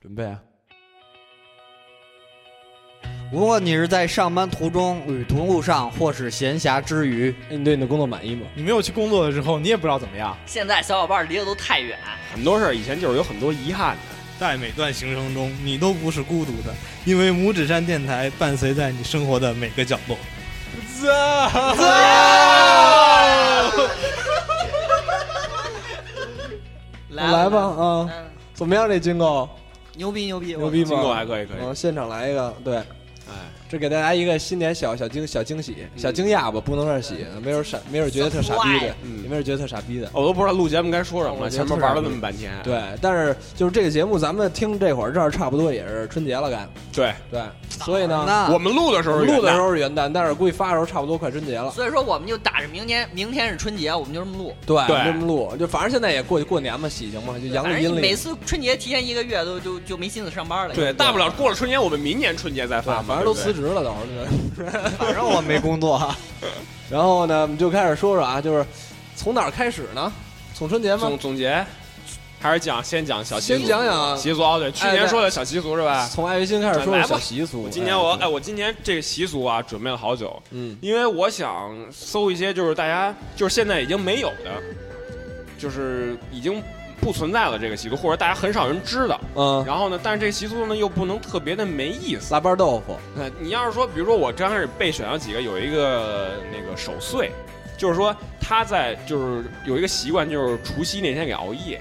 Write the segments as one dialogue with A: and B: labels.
A: 准备啊，
B: 无论你是在上班途中、旅途路上，或是闲暇之余，
A: 哎，你对你的工作满意吗？
C: 你没有去工作的时候，你也不知道怎么样。
D: 现在小伙伴离得都太远，
E: 很多事儿以前就是有很多遗憾的。
F: 在每段行程中，你都不是孤独的，因为拇指山电台伴随在你生活的每个角落。
A: 来吧啊，
D: 嗯，
A: 怎么样这金狗？
B: 牛逼牛逼
A: 牛逼
E: 金狗还
A: 吗？
E: 可以，可哦以。
A: 嗯，现场来一个，对，
E: 哎，
A: 这给大家一个新年小小惊小惊喜，小惊讶吧，不能算喜，没准傻，没准觉得特傻逼的，
E: 嗯
A: 也没准觉得特傻逼的。
E: 我都不知道录节目该说什么
A: 我
E: 了，
A: 觉得
E: 前面玩了那么半天。
A: 对，但是就是这个节目，咱们听这会儿这儿差不多也是春节了，该
E: 对，
A: 对，所以呢，
B: 那
E: 我们录的时候，
A: 录的时
E: 候，
A: 候是元旦，但是估计发的时候差不多快春节了。
D: 所以说我们就打着明天，明天是春节，我们就这么录。
A: 对，
E: 对
A: 这么录，就反正现在也过去过年嘛，喜庆嘛，就阳
D: 反
A: 历
D: 正
A: 阴
D: 每
A: 历，
D: 次春节提前一个月都就就没心思上班了。
E: 对，大不了过了春节，我们明年春节再
A: 对
E: 发，
A: 反正都辞职了，等会儿对。
B: 反正我没工作，
A: 然后呢，我们就开始说说啊，就是从哪儿开始呢？从春节吗
E: 总？总结，还是讲先讲小习俗
A: 先讲哎讲
E: 习俗哦，对，去
A: 哎
E: 年
A: 对
E: 说的小习俗是吧？
A: 从爱维新开始说
E: 来
A: 说
E: 吧
A: 小习俗。
E: 今年我
A: 哎
E: 哎，我今年这个习俗啊，准备了好久，
A: 嗯，
E: 因为我想搜一些就是大家就是现在已经没有的，就是已经不存在了这个习俗，或者大家很少人知道。
A: 嗯，
E: 然后呢，但是这个习俗呢又不能特别的没意思。
A: 腊八豆腐，
E: 呃你要是说，比如说我刚开始备选啊了几个，有一个那个守岁，就是说他在就是有一个习惯，就是除夕那天给熬夜，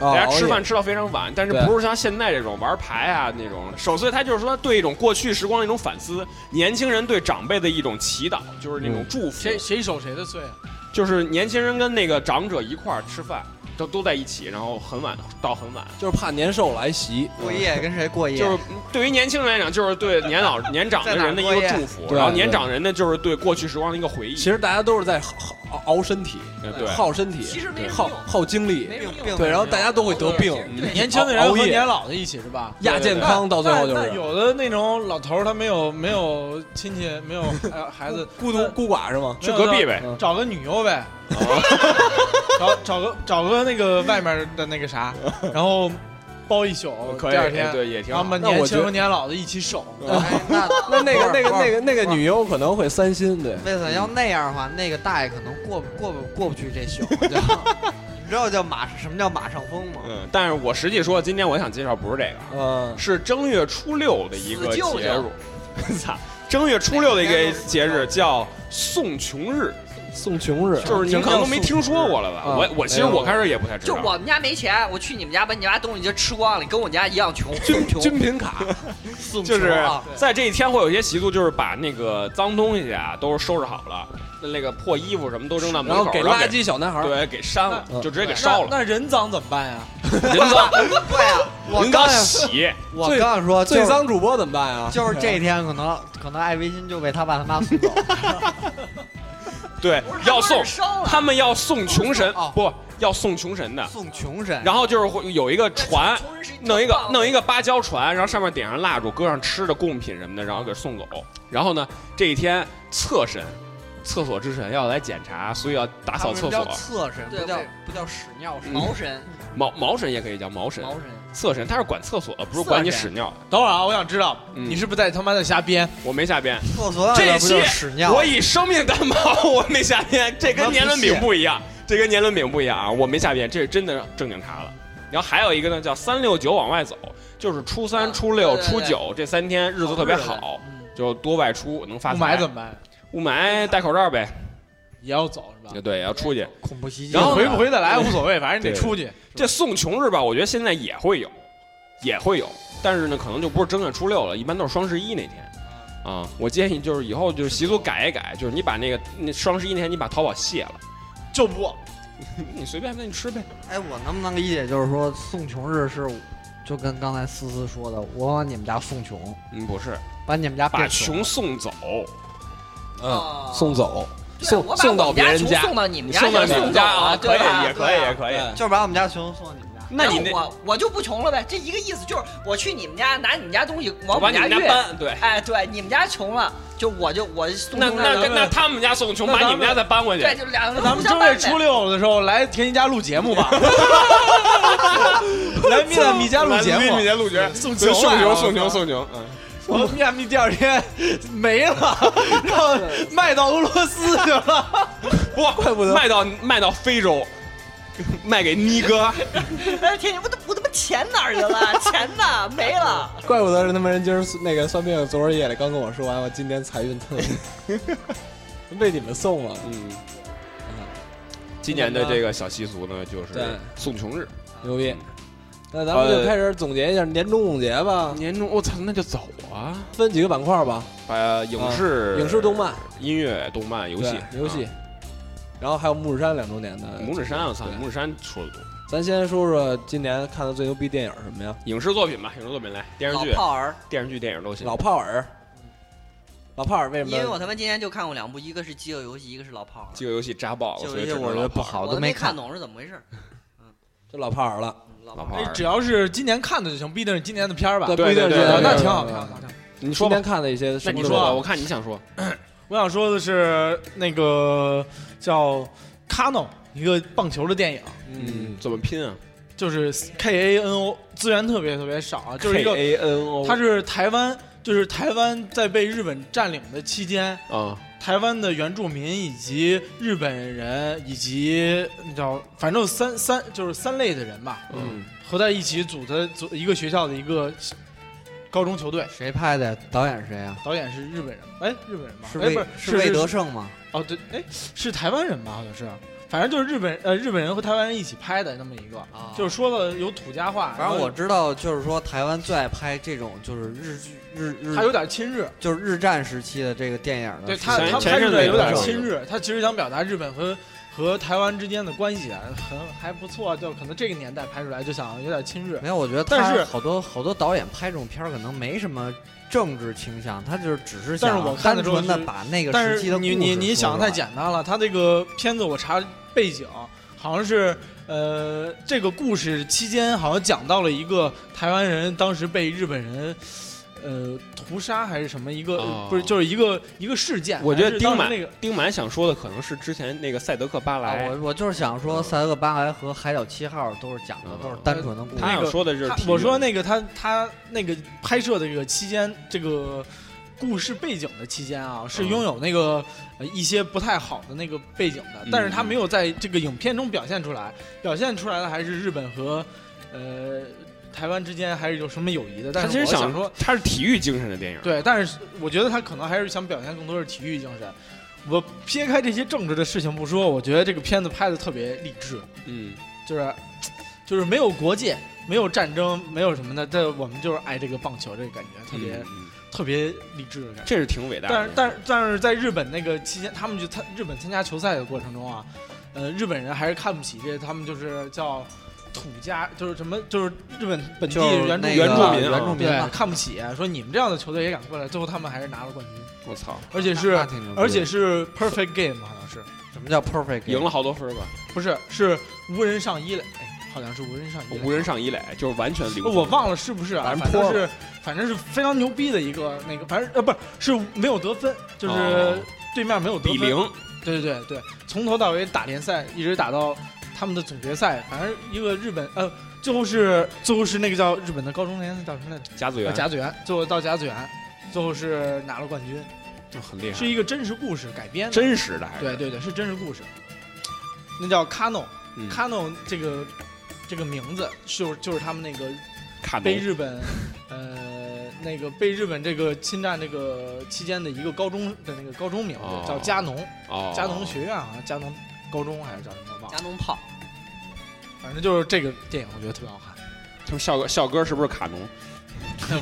A: 哦
E: 大家
A: 熬
E: 吃
A: 夜
E: 饭吃到非常晚，但是
A: 对
E: 不是像现在这种玩牌啊那种守岁，他就是说对一种过去时光的一种反思，年轻人对长辈的一种祈祷，就是那种
A: 嗯
E: 祝福，
C: 谁谁守谁的岁啊？
E: 就是年轻人跟那个长者一块儿吃饭，都都在一起，然后很晚到很晚。
A: 就是怕年兽来袭。
B: 过夜跟谁过夜？
E: 就是对于年轻人来讲，就是对年 老年长的人的一个祝福，
A: 对
E: 然后年长人呢，就是对过去时光的一个回忆。
A: 其实大家都是在熬熬熬身体，
E: 呃对
A: 耗身体，
D: 其实没什么
A: 耗
D: 用
A: 耗精力，
D: 没什么用，
B: 病
A: 对，然后大家都会得病，
E: 嗯
C: 年轻的人
A: 熬
C: 和
A: 夜
C: 年老的一起是吧？
A: 亚健康到最后就
C: 那那
A: 是
C: 有的那种老头儿他没有没有亲戚没有呃孩子
A: 孤独孤寡是吗？
E: 去隔壁呗，哦
C: 找个女优呗， 找找个找个那个外面的那个 啥，然后包一宿，
E: 可以
C: 第二
E: 哎
C: 天
E: 对也挺
C: 然
E: 好
C: 后我们
A: 那我
C: 年
A: 觉
C: 轻
A: 得
C: 和年老的一起守，
B: 哎 那
A: 那那个那个
B: 不是
A: 那个那个女优可能会三心，对，
B: 为了要那样的话，那个大爷可能过不过不过不去这宿。 就你知道叫马什么叫马上风吗？
E: 嗯，但是我实际说，今天我想介绍不是这个，啊
A: 嗯，
E: 是正月初六的一个
D: 死舅舅
E: 节日。 操，正月初六的一个节日叫送穷日，
A: 送穷日，
C: 哦
E: 就是你们可能都没听说过了吧？
A: 啊
E: 我我其实
A: 没有
E: 我开始也不太 知
D: 就
E: 道。
D: 我们家没钱，我去你们家把你家东西就吃光了，你跟我们家一样穷，穷穷
A: 军品卡，
D: 穷
E: 就是
D: 啊
E: 在这一天会有一些习俗，就是把那个脏东西啊都收拾好了，那个破衣服什么都扔到门
A: 然
E: 口，
A: 后给
E: 然后
A: 垃圾小男孩儿，
E: 对给删了，
A: 嗯
E: 就直接给烧
C: 那
E: 了。
C: 那人脏怎么办呀？
E: 人脏，
B: 对呀、我
E: 人
B: 刚
E: 刚
B: 才
E: 洗，
B: 我
A: 最
B: 刚想说
A: 最
B: 就是
A: 脏主播怎么办啊？
B: 就是这天可能可能艾维新就被他爸他妈送走，
E: 对，要送，
D: 烧了，
E: 他们要送穷神
B: 哦，
E: 不要送穷神的。
B: 送穷神。
E: 然后就是会有一个船，
D: 穷人是
E: 弄一个弄一
D: 个，
E: 个芭蕉船，然后上面点上蜡烛，搁上吃的贡品什么的，然后给送走。然后呢，这一天厕神，厕所之神要来检查，所以要打
B: 他
E: 扫
B: 们
E: 厕
B: 叫
E: 所。
B: 厕神，
D: 对
B: 不叫
D: 对
B: 不叫屎尿神。
D: 毛神
E: 毛毛神也可以叫毛神，
D: 毛神，
E: 厕神他是管厕所的，不是管你屎尿的。
C: 等会儿啊，我想知道
E: 嗯
C: 你是不是在他妈的瞎编？
E: 我没瞎编，
B: 厕所里边不就
E: 这
B: 是
E: 些
B: 屎尿？
E: 我以生命担保，我没瞎编，这跟年轮饼不一样，这跟年轮饼不一样啊，我没瞎编，这是真的正经查了。然后还有一个呢，叫三六九往外走，就是初三、
D: 啊
E: 初六、
D: 对对
E: 初
D: 对啊
E: 九这三天日子特别好，
D: 嗯
E: 就多外出能发
C: 雾
E: 财。
C: 霾怎么办？
E: 雾霾戴口罩呗，
C: 也要走是
D: 啊
C: 吧？
E: 对，也要出去。
B: 恐怖袭击
E: 然后呢
C: 回不回得来无所谓，反正你得
E: 对
C: 出去。
E: 这送穷日吧，我觉得现在也会有，也会有，但是呢，可能就不是正月初六了，一般都是双十一那天。啊，我建议就是以后就是习俗改一改，就是你把那个那双十一那天你把淘宝卸了，
C: 就不
E: 你随便那你吃呗。
B: 哎，我能不能理解就是说送穷日是，就跟刚才思思说的，我往你们家送穷，
E: 嗯，不是，
B: 把你们家
E: 把
B: 变
E: 穷送走，
A: 嗯，
D: 哦
A: 送走，
D: 对
A: 送
D: 我把
A: 送
D: 我
A: 到
D: 们
A: 别人
D: 穷
A: 家，
D: 送到你们
E: 你
D: 家，
E: 哎送到你
D: 就
E: 们
D: 走
E: 家
D: 了
E: 啊，可
D: 对
E: 以，
D: 吧
C: 哎
E: 也可以，也可以。
B: 就是把我们家穷送到你们家。
E: 那你
D: 那
E: 那
D: 我我就不穷了呗，这一个意思就是我去你们家拿你们家东西往
E: 我把
D: 我
E: 你们
D: 家
E: 家
D: 运，
E: 搬，对，
D: 哎，对，你们家穷了，就我就我送
E: 那
D: 东西
E: 那
D: 了
E: 那那他们家送穷，
C: 那
E: 把
C: 咱
E: 你们家
C: 们
E: 再搬回去。
D: 对，就两个
C: 咱
D: 人互
C: 们正
D: 相
C: 月
D: 搬呗
C: 初。六的时候来田一家录节目吧，来米娜米家录节目，
E: 家录节目，
C: 送啊
E: 送
C: 球来
E: 穷
C: 了
E: 送穷送穷，嗯。
C: 我们亚米第二天没了，然后卖到俄罗斯去了。
E: 哇，怪不得卖到卖到非洲，卖给尼哥，
D: 哎，天天我的我他妈钱哪儿去了？钱呢？没了。
A: 怪不得人他妈人今儿那个算命，昨儿夜里刚跟我说完，我今天财运特 别，被你们送了。
E: 嗯。今年的这个小习俗呢，就是
A: 对
E: 送穷日。
A: 牛逼！那咱们就开始总结一下年终总结吧，
E: 年终，我操，那就走啊！
A: 分几个板块吧：
E: 把影视、
A: 影视、动、漫、
E: 音乐、动漫、游戏、
A: 对游戏
E: 啊。，
A: 然后还有拇指山两周年的
E: 拇指山，我操，
A: 对
E: 拇指山说的多。
A: 咱先说说今年看的最牛逼电影是什么呀？
E: 影视作品吧，影视作品来，电视
D: 老
E: 剧、
D: 炮儿，
E: 电视剧、电影都行。
A: 老炮儿，老炮儿为
D: 因
A: 什
D: 为我
A: 么？
D: 他妈今天就看过两部，一个是《饥饿游戏》，一个是《老炮儿》。
E: 这个游戏扎爆了，
D: 就
E: 所以
D: 是
E: 只能
B: 我觉得
E: 老炮
B: 不
E: 儿
B: 好
D: 我
B: 都
D: 都
B: 没
D: 看
B: 看。
D: 懂是怎么回事儿。
A: 就老炮儿了，
D: 嗯老
E: 老
D: 炮
E: 炮
D: 儿，
B: 哎
E: 儿
C: 只，要是今年看的就行，不一定是今年的片儿吧？
A: 对
E: 对
A: 不一定
E: 对
A: 是这
E: 对对
A: 样
C: 那
E: 对
C: 挺好，
A: 对
C: 挺
A: 对
C: 好。挺好
E: 你说
A: 今
E: 吧
A: 天，看的一些什
E: 那
A: 么啊
E: 你
A: 作
E: 说啊
A: 品
E: 吧，我看你想说。
C: 我想说的是，那个叫《Kano》，一个棒球的电影，
A: 嗯，
E: 怎么拼啊？
C: 就是 K A N O，资源特别特别少啊，就是一个，
E: A N O，
C: 它是台湾，就是台湾在被日本占领的期间，
E: 啊，
C: 台湾的原住民以及日本人以及你知道，反正三三就是三类的人吧，
E: 嗯，
C: 合在一起组的组一个学校的一个高中球队，
B: 谁拍的？导演是谁啊？
C: 导演是日本人，哎，日本人吧？
B: 是
C: 哎，不
B: 魏
C: 是
B: 魏德
C: 是
B: 胜吗？
C: 哦，对，哎，是台湾人吧？好像是，反正就是日本呃日本人和台湾人一起拍的那么一个，
B: 啊
C: 就是说了有土家话，
B: 反正
C: 然后
B: 我知道，就是说台湾最爱拍这种就是日剧、日日
C: 他有点亲日，
B: 就是日战时期的这个电影的。
C: 对他
E: 啊前
C: 他
E: 前
C: 拍
E: 阵
C: 日
E: 子
C: 本
E: 有
C: 有点
E: 这个
C: 亲日，他其实想表达日本和和台湾之间的关系啊很还不错，就可能这个年代拍出来就想有点亲日。
B: 没有，我觉得他
C: 但是
B: 好多好多导演拍这种片儿可能没什么政治倾向，他就是只是
C: 但是
B: 想
C: 我看
B: 单
C: 的时候
B: 纯的
C: 是
B: 把那个
C: 但
B: 时期
C: 是
B: 的
C: 你
B: 故
C: 你
B: 事
C: 你
B: 说
C: 想
B: 出
C: 的太
B: 来
C: 简单了，他这个片子我查背景，好像是呃这个故事期间好像讲到了一个台湾人当时被日本人。呃，屠杀还是什么一个，
E: 哦
C: 不是就是一个一个事件。
E: 我觉得
C: 还是
E: 丁
C: 当时
E: 满
C: 那个
E: 丁满想说的可能是之前那个赛德克巴
B: 啊，
E: 莱，
B: 我我就是想说，《赛德克巴莱》和《海角七号》都是讲的
E: 嗯
B: 都是单纯的故事。
E: 他想说的就是
C: 他
E: 体育
C: 我说那个他他那个拍摄的这个期间，这个故事背景的期间啊，是
E: 嗯
C: 拥有那个、呃一些不太好的那个背景的，但是他
E: 嗯
C: 没有在这个影片中表现出来，表现出来的还是日本和呃台湾之间还是有什么友谊的。但
E: 他
C: 是
E: 其实想
C: 我想说，
E: 他是体育精神的电影，
C: 对，但是我觉得他可能还是想表现更多是体育精神。我撇开这些政治的事情不说，我觉得这个片子拍的特别励志。
E: 嗯，
C: 就是就是没有国界，没有战争，没有什么的，这我们就是爱这个棒球这个感觉，特别、
E: 嗯嗯
C: 特别励志的感觉。
E: 这是挺伟大的。
B: 啊
C: 但是但是但是在日本那个期间，他们去参日本参加球赛的过程中啊，呃，日本人还是看不起这，他们就是叫土家，就是什么，就是日本本地
B: 就是
C: 原住
B: 那个
E: 原住民啊
B: 原住民
C: 对
B: 嘛，
C: 看不起，啊说你们这样的球队也敢过来，最后他们还是拿了冠军，
E: 我操，
C: 而且
B: 那
C: 是
B: 挺牛逼的
C: 而且是 perfect game 好像是，
B: 什么叫 perfect？
E: 赢了好多分吧？
C: 不是是无人上一垒，哎好像是无人上一垒，
E: 无人上一垒就是完全零。
C: 呃我忘了是不是啊，
A: 反
C: 反
A: 正泼
C: 正是反正是非常牛逼的一个那个，反正呃不是是没有得分，就
E: 哦
C: 是对面没有得
E: 比
C: 分，
E: 零，
C: 对对对对，从头到尾打联赛，一直打到他们的总决赛，反正一个日本呃最后是最后是那个叫日本的高中联赛叫什么来着？
E: 甲子
C: 呃
E: 园
C: 甲子园，最后到甲子园，最后是拿了冠军，
E: 就很厉害，
C: 是一个真实故事改编的，
E: 啊真实的还是？
C: 对对对，是真实故事，那叫 Kano
E: 嗯
C: Kano 这个这个名字是就是他们那个
E: 卡
C: 被
E: 农
C: 日本，呃，那个被日本这个侵占这个期间的一个高中的那个高中名字、
E: 哦
C: 叫加农，
E: 哦，
C: 加农学院好像加农高中还是叫什么忘
D: 加
C: 了，
D: 农炮，
C: 反正就是这个电影我觉得特别好看。
E: 他们校歌校歌是不是卡农？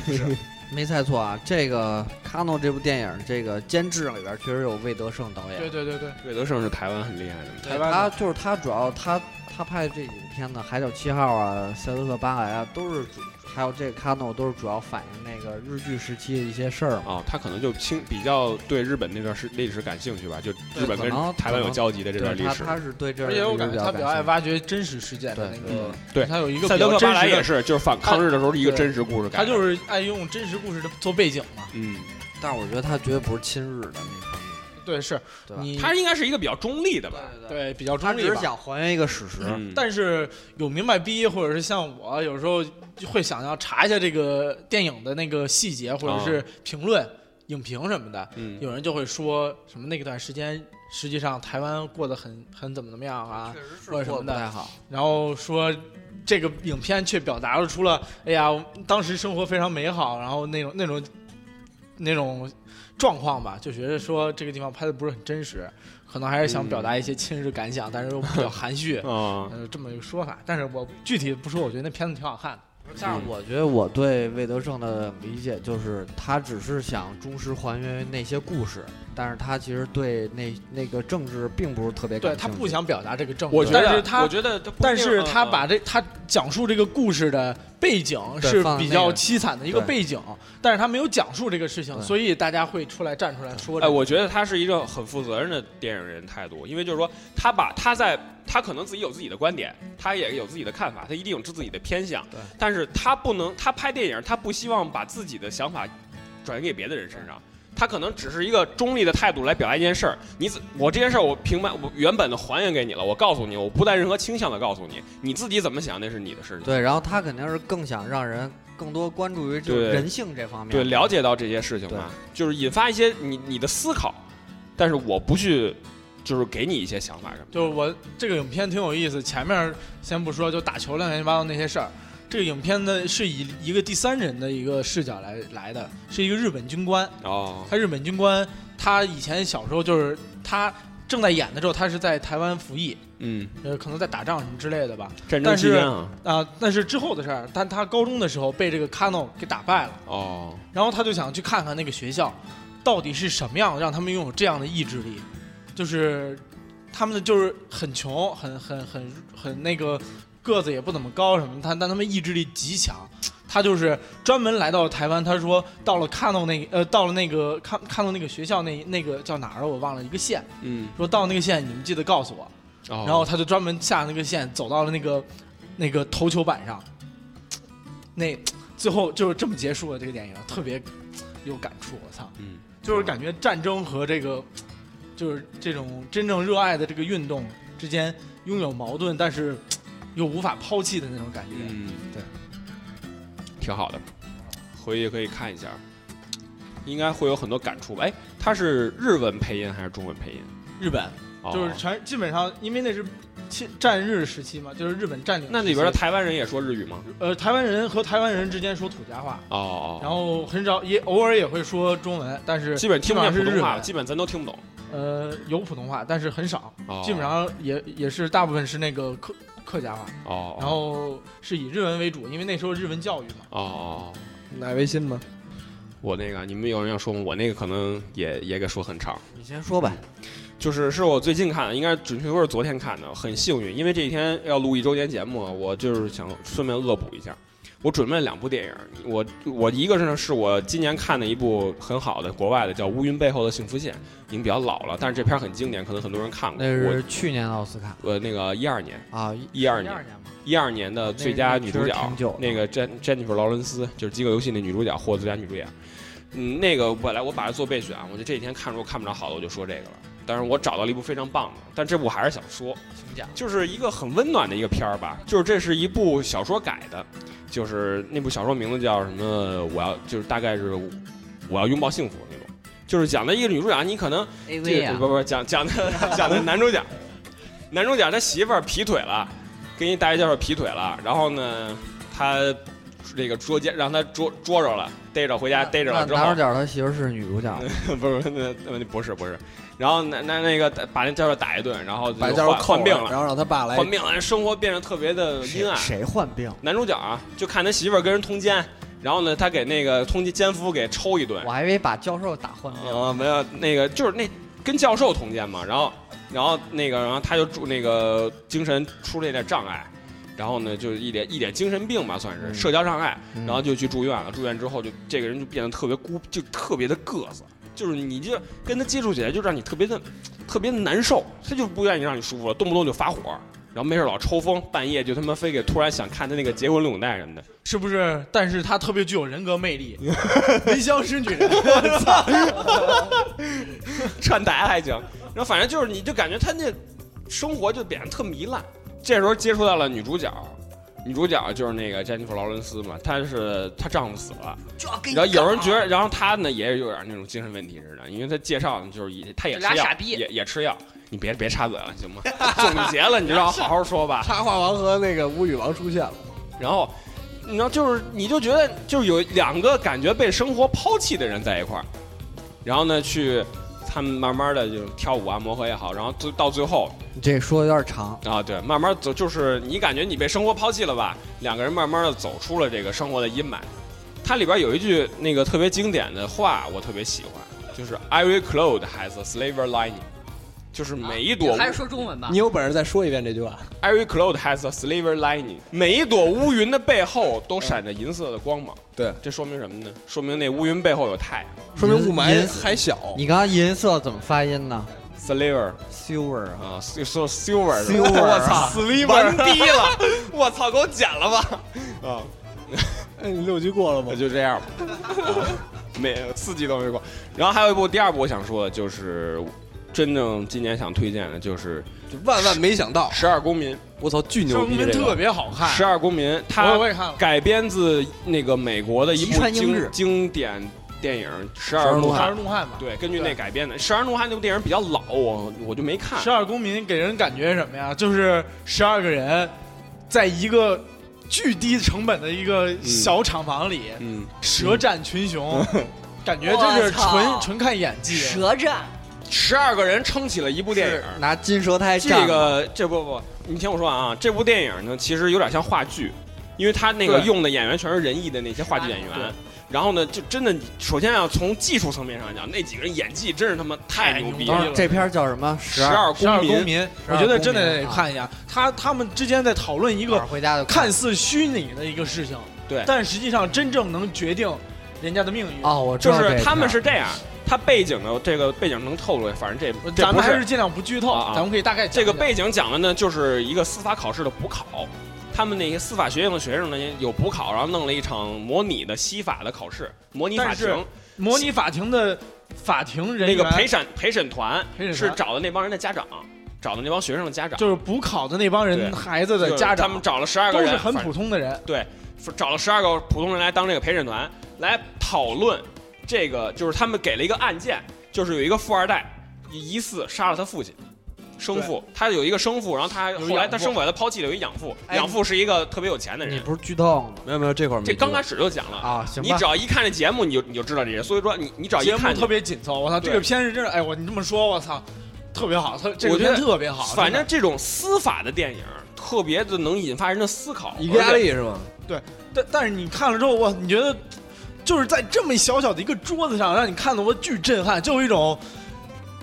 C: 不是，
B: 没猜错啊，这个《卡诺》这部电影，这个监制里边确实有魏德胜导演
C: 对。对对对，
E: 魏德胜是台湾很厉害的，
B: 对
C: 台湾
B: 他
C: 的
B: 就是他，主要他他拍的这几部片子，《海角七号》啊，《赛德克巴莱》啊，都是主还有这个 Kano 都是主要反映那个日据时期的一些事儿嘛。
E: 啊，他可能就清比较对日本那段史历史感兴趣吧，就日本
B: 可
E: 跟
B: 能
E: 台湾有交集的这
B: 对
E: 段历
B: 他
E: 史。
B: 他是对这儿
C: 而且我感觉他
B: 比
C: 比较爱
B: 兴趣
C: 挖掘真实事件的那
B: 对
C: 个，
E: 对
C: 他有一个
E: 赛
C: 比
E: 德克巴
C: 较真
E: 莱
C: 实
E: 也
C: 的，
E: 是，就是反抗日的时候的一个
C: 对
E: 真实故事改
C: 他
E: 的。
C: 就是爱用真实故事的做背景嘛。
E: 嗯，
B: 但是我觉得他绝对不是亲日的那方面，
C: 对，是
B: 对吧？
C: 你
E: 他应该是一个比较中立的吧？
B: 对，
C: 对比较
B: 他
C: 中
B: 只
C: 立
B: 是
C: 吧。
B: 想还原一个史实。
E: 嗯
C: 但是有明白逼，或者是像我，有时候就会想要查一下这个电影的那个细节，或者是评论、影评什么的。
E: 嗯，。
C: 有人就会说什么那段时间，实际上台湾过得很很怎么怎么样啊，
B: 确实是
C: 或者什
B: 过
C: 么
B: 得不太
C: 的，
B: 好，
C: 然后说这个影片却表达了出了，哎呀，当时生活非常美好，然后那种那种那种状况吧，就觉得说这个地方拍的不是很真实，可能还是想表达一些亲日感想，但是又比较含蓄
E: 啊，
C: 呃，这么一个说法，但是我具体不说，我觉得那片子挺好看的。
E: 嗯
B: 但是我觉得我对魏德胜的理解就是，他只是想忠实还原那些故事，但是他其实对那那个政治并不是特别感
C: 对
B: 兴趣。
C: 他不想表达这个政治，
E: 嗯我觉得
C: 但是他
E: 我觉得他不一定，
C: 但是他
E: 嗯
C: 把这他讲述这个故事的背景
B: 对
C: 是
B: 放
C: 比
B: 那
C: 较
B: 个
C: 凄惨的一个
B: 对
C: 背景，但是他没有讲述这个事情，
B: 对
C: 所以大家会出来站出来说这
E: 哎，
C: 个。
E: 我觉得他是一个很负责任的电影人态度，因为就是说，他把他在他可能自己有自己的观点，他也有自己的看法，他一定有自己的偏向，
B: 对
E: 但是他不能，他拍电影，他不希望把自己的想法转移给别的人身上。他可能只是一个中立的态度来表达一件事儿。你怎我这件事儿，我平白我原本的还原给你了，我告诉你，我不带任何倾向的告诉你，你自己怎么想那是你的事情。
B: 对，然后他肯定是更想让人更多关注于就是
E: 对
B: 人性这方面，
E: 对，了解到这些事情嘛，就是引发一些你你的思考，但是我不去，就是给你一些想法什么的。
C: 就是我这个影片挺有意思，前面先不说，就打球乱七八糟那些事儿。这个影片呢是以一个第三人的一个视角来来的，是一个日本军官。
E: 哦，
C: 他日本军官，他以前小时候就是他正在演的时候，他是在台湾服役，
E: 嗯，
C: 呃，可能在打仗什么之类的吧。
E: 战争
C: 但
E: 期
C: 是
E: 间啊，
C: 啊、那是之后的事儿。但他高中的时候被这个 Kano 给打败了，
E: 哦，
C: 然后他就想去看看那个学校到底是什么样，让他们拥有这样的意志力。就是他们的就是很穷，很很很很那个个子也不怎么高什么，他但他们意志力极强。他就是专门来到台湾，他说到了 Kano 那个呃，到了那个看看到那个学校那那个叫哪儿了我忘了一个县，
E: 嗯，
C: 说到那个县你们记得告诉我。
E: 哦
C: 然后他就专门下那个线，走到了那个那个投球板上，那最后就是这么结束了这个电影，特别有感触。我操，
E: 嗯，
C: 就是感觉战争和这个就是这种真正热爱的这个运动之间拥有矛盾，但是又无法抛弃的那种感觉。
E: 嗯，
C: 对，
E: 挺好的，回去可以看一下，应该会有很多感触吧。哎，它是日文配音还是中文配音？
C: 日本
E: 哦
C: 就是全基本上，因为那是侵战日时期嘛，就是日本占领时期。
E: 那里边的台湾人也说日语吗？
C: 呃台湾人和台湾人之间说土家话，
E: 哦哦，
C: 然后很少也偶尔也会说中文，但是
E: 基本听不见
C: 基
E: 普
C: 本上是
E: 通
C: 日
E: 话，
C: 文
E: 基本咱都听不懂。
C: 呃，有普通话，但是很少，
E: 哦
C: 基本上也也是大部分是那个客客家话，
E: 哦，
C: 然后是以日文为主，因为那时候日文教育嘛。
E: 哦哦，哦
A: 奶微信吗？
E: 我那个你们有人要说吗？我那个可能也也给说很长。
B: 你先说吧，
E: 就是是我最近看的，应该准确说是昨天看的，很幸运，因为这一天要录一周年节目，我就是想顺便恶补一下。我准备了两部电影，我我一个是是我今年看的一部很好的国外的，叫《乌云背后的幸福线》，已经比较老了，但是这片儿很经典，可能很多人看过。
B: 那是去年的奥斯卡
E: 我呃那个一二年，
B: 啊，
E: 一二
B: 一
E: 年
B: 二，年嘛，
E: 一二年的最佳女主
B: 那那确实挺久
E: 角
B: 的，
E: 那个詹詹妮弗·劳伦斯就是《饥饿游戏》那女主角获得最佳女主演。嗯，那个本来我把它做备选，啊我就这几天看如果看不着好的，我就说这个了。但是我找到了一部非常棒的，但这部还是想说，
B: 请讲。
E: 就是一个很温暖的一个片儿吧，就是这是一部小说改的，就是那部小说名字叫什么？我要就是大概是我要拥抱幸福那种，就是讲的一个女主角，你可能
D: A
E: 这
B: 啊
E: 个不不讲讲的讲的男主角，男主角他媳妇儿劈腿了，跟一大学教授劈腿了，然后呢，他这个捉奸让他捉捉着了，逮着回家逮着了之
B: 那男
E: 后
B: 主，角他媳妇是女主角，
E: 不是那那不是不是，然后那那那个把那教授打一顿，然后就
A: 把教授
E: 患
A: 扣
E: 患病
A: 然
E: 了，
A: 后让他爸来
E: 患病了，生活变得特别的阴
B: 谁
E: 暗。
B: 谁患病？
E: 男主角啊，就看他媳妇儿跟人通奸，然后呢，他给那个通奸奸夫给抽一顿
B: 我，还以为把教授打患病了。
E: 啊，没有那个就是那跟教授同间嘛，然后然后那个然后他就住那个精神出了一点障碍，然后呢，就一点一点精神病吧，算是社交障碍，
B: 嗯
E: 然后就去住院了。住院之后就，这个人就变得特别孤，就特别的个子，就是你就跟他接触起来，就让你特别的特别的难受，他就不愿意让你舒服了，动不动就发火，然后没事老抽风，半夜就他妈非给突然想看他那个结婚录影带什么的。
C: 是不是？但是他特别具有人格 魅力，闻香识女人。我操！
E: 串台还行。然后反正就是，你就感觉他那生活就变得特糜烂。这时候接触到了女主角，女主角就是那个詹妮弗·劳伦斯嘛，她是她丈夫死了，
D: 就要给你
E: 然后有人
D: 干
E: 觉得，然后她呢也有点那种精神问题似的，因为她介绍呢就是也她也吃
D: 这俩
E: 药
D: 傻，逼
E: 也也吃药。你别别插嘴了，行吗？ 总结了，你就让我好好说吧。
A: 插画王和那个无语王出现了，
E: 然后，你知道，就是你就觉得就是有两个感觉被生活抛弃的人在一块儿，然后呢，去他们慢慢的就跳舞啊、磨合也好，然后最到最后
B: 你这说有点长，
E: 啊，对，慢慢走，就是你感觉你被生活抛弃了吧？两个人慢慢的走出了这个生活的阴霾。它里边有一句那个特别经典的话，我特别喜欢，就是 “Every cloud has a silver lining”，就是每一朵、
D: 还是说中文吧
A: 你。有本事再说一遍这句话。
E: Every cloud has a silver lining，每一朵乌云的背后都闪着银色的光芒。
A: 对，
E: 这说明什么呢？说明那乌云背后有太阳。
A: 说明雾霾
B: 银
A: 还小。
B: 你刚刚银色怎么发音呢
E: Silver
B: ？silver 啊，
E: 啊，说 silver，是吧
B: Silver
E: 我操，silver 完逼了， 我操，给我剪了吧。 啊，
A: 哎，你六级过了吗
E: 那？就这样吧， 没有四季都没过。然后还有一部，第二部我想说的就是，真正今年想推荐的就是
A: 就万万没想到，
E: 《十二公民》。
A: 我操，巨牛
C: 生
A: 逼
C: 门
A: 这
C: 特
A: 个！
C: 别好看，
E: 十二公民，它
C: 我我也看了。
E: 改编自那个美国的一
B: 西
E: 部
B: 川英日
E: 经经典电影《十二
A: 怒
E: 怒
A: 汉
C: 杀
E: 汉
C: 人》。怒汉嘛，
E: 对，根据那改编的《十二怒汉》那部电影比较老，我我就没看
C: 十。二公民给人感觉是什么呀？就是十二个人，在一个巨低成本的一个小厂房里
E: 嗯，
C: 舌战 群雄，感觉
D: 我
C: 这是
D: 操
C: 纯纯看演技。
D: 舌战，
E: 十二个人撑起了一部电影。
B: 拿金舌苔
E: 这
B: 蘸。
E: 个这不不，你听我说啊，这部电影呢，其实有点像话剧，因为他那个
C: 对
E: 用的演员全是仁义的那些话剧演员
C: 对。
E: 然后呢，就真的，首先要从技术层面上讲，那几个人演技真是他妈太
C: 太
E: 牛
C: 牛
E: 逼
C: 逼了
E: 了。
B: 这片儿叫什么？
E: 十
B: 二
E: 二
C: 十二
E: 公
C: 公
E: 民，
C: 民，
B: 十
C: 我
B: 二
C: 觉得真
B: 公
C: 的
B: 民
C: 得
B: 啊
C: 看一下。他他们之间在讨论一
B: 一会
C: 个
B: 儿回家就
C: 看似虚拟的一个事情，
E: 对啊
C: 但实际上真正能决定人家的命运。
B: 哦，我知
E: 就
B: 道这
E: 是
B: 片儿
E: 他们是这样，他背景的这个背景能透露，反正这这
C: 呃咱
E: 不
C: 们还是尽量不剧透，
E: 啊啊
C: 咱们可以大概
E: 这
C: 讲
E: 个
C: 一讲
E: 背景讲的呢，就是一个司法考试的补考，他们那些司法学院的学生呢有补考，然后弄了一场模拟的西法的考试，模拟法
C: 但是
E: 庭，
C: 模拟法庭的法庭人
E: 那
C: 员，
E: 个陪审陪审团
C: 陪审团
E: 是找的那帮人的家长，找的那帮学生的家长，
C: 就是补考的那帮
E: 对
C: 人孩子
E: 就
C: 的
E: 是
C: 家
E: 他
C: 长
E: 们，找了十二个
C: 都
E: 人，
C: 是很
E: 反
C: 普通的人。
E: 找了十二个普通人来当这个陪审团，来讨论这个，就是他们给了一个案件，就是有一个富二代疑似杀了他父亲。生父，他有一个生父，然后他
C: 有
E: 后来
C: 养
E: 他
C: 父
E: 生父把他抛弃了，有一养父，
B: 哎
E: 养父是一个特别有钱的
B: 你
E: 人。
B: 不是剧透吗？
A: 没有没有，这会儿没
E: 这刚开
A: 始
E: 始就讲了，
B: 啊，行
E: 你
B: 吧
E: 只。要一看这节目，你就你就知道这人。所以说你你只要啊一
C: 节目
E: 看就
C: 特，别紧凑，我操，
E: 对
C: 这个片是真的，哎，我你这么说，我操，特别好，特这
E: 我
C: 个
E: 觉得
C: 片特别好，
E: 反
C: 真
E: 正
C: 的
E: 这种司法的电影特别的能引发人的思考。
A: 一个压力是吗？
C: 但但是你看了之后，哇，你觉得就是在这么小小的一个桌子上，让你看的我巨震撼，就有一种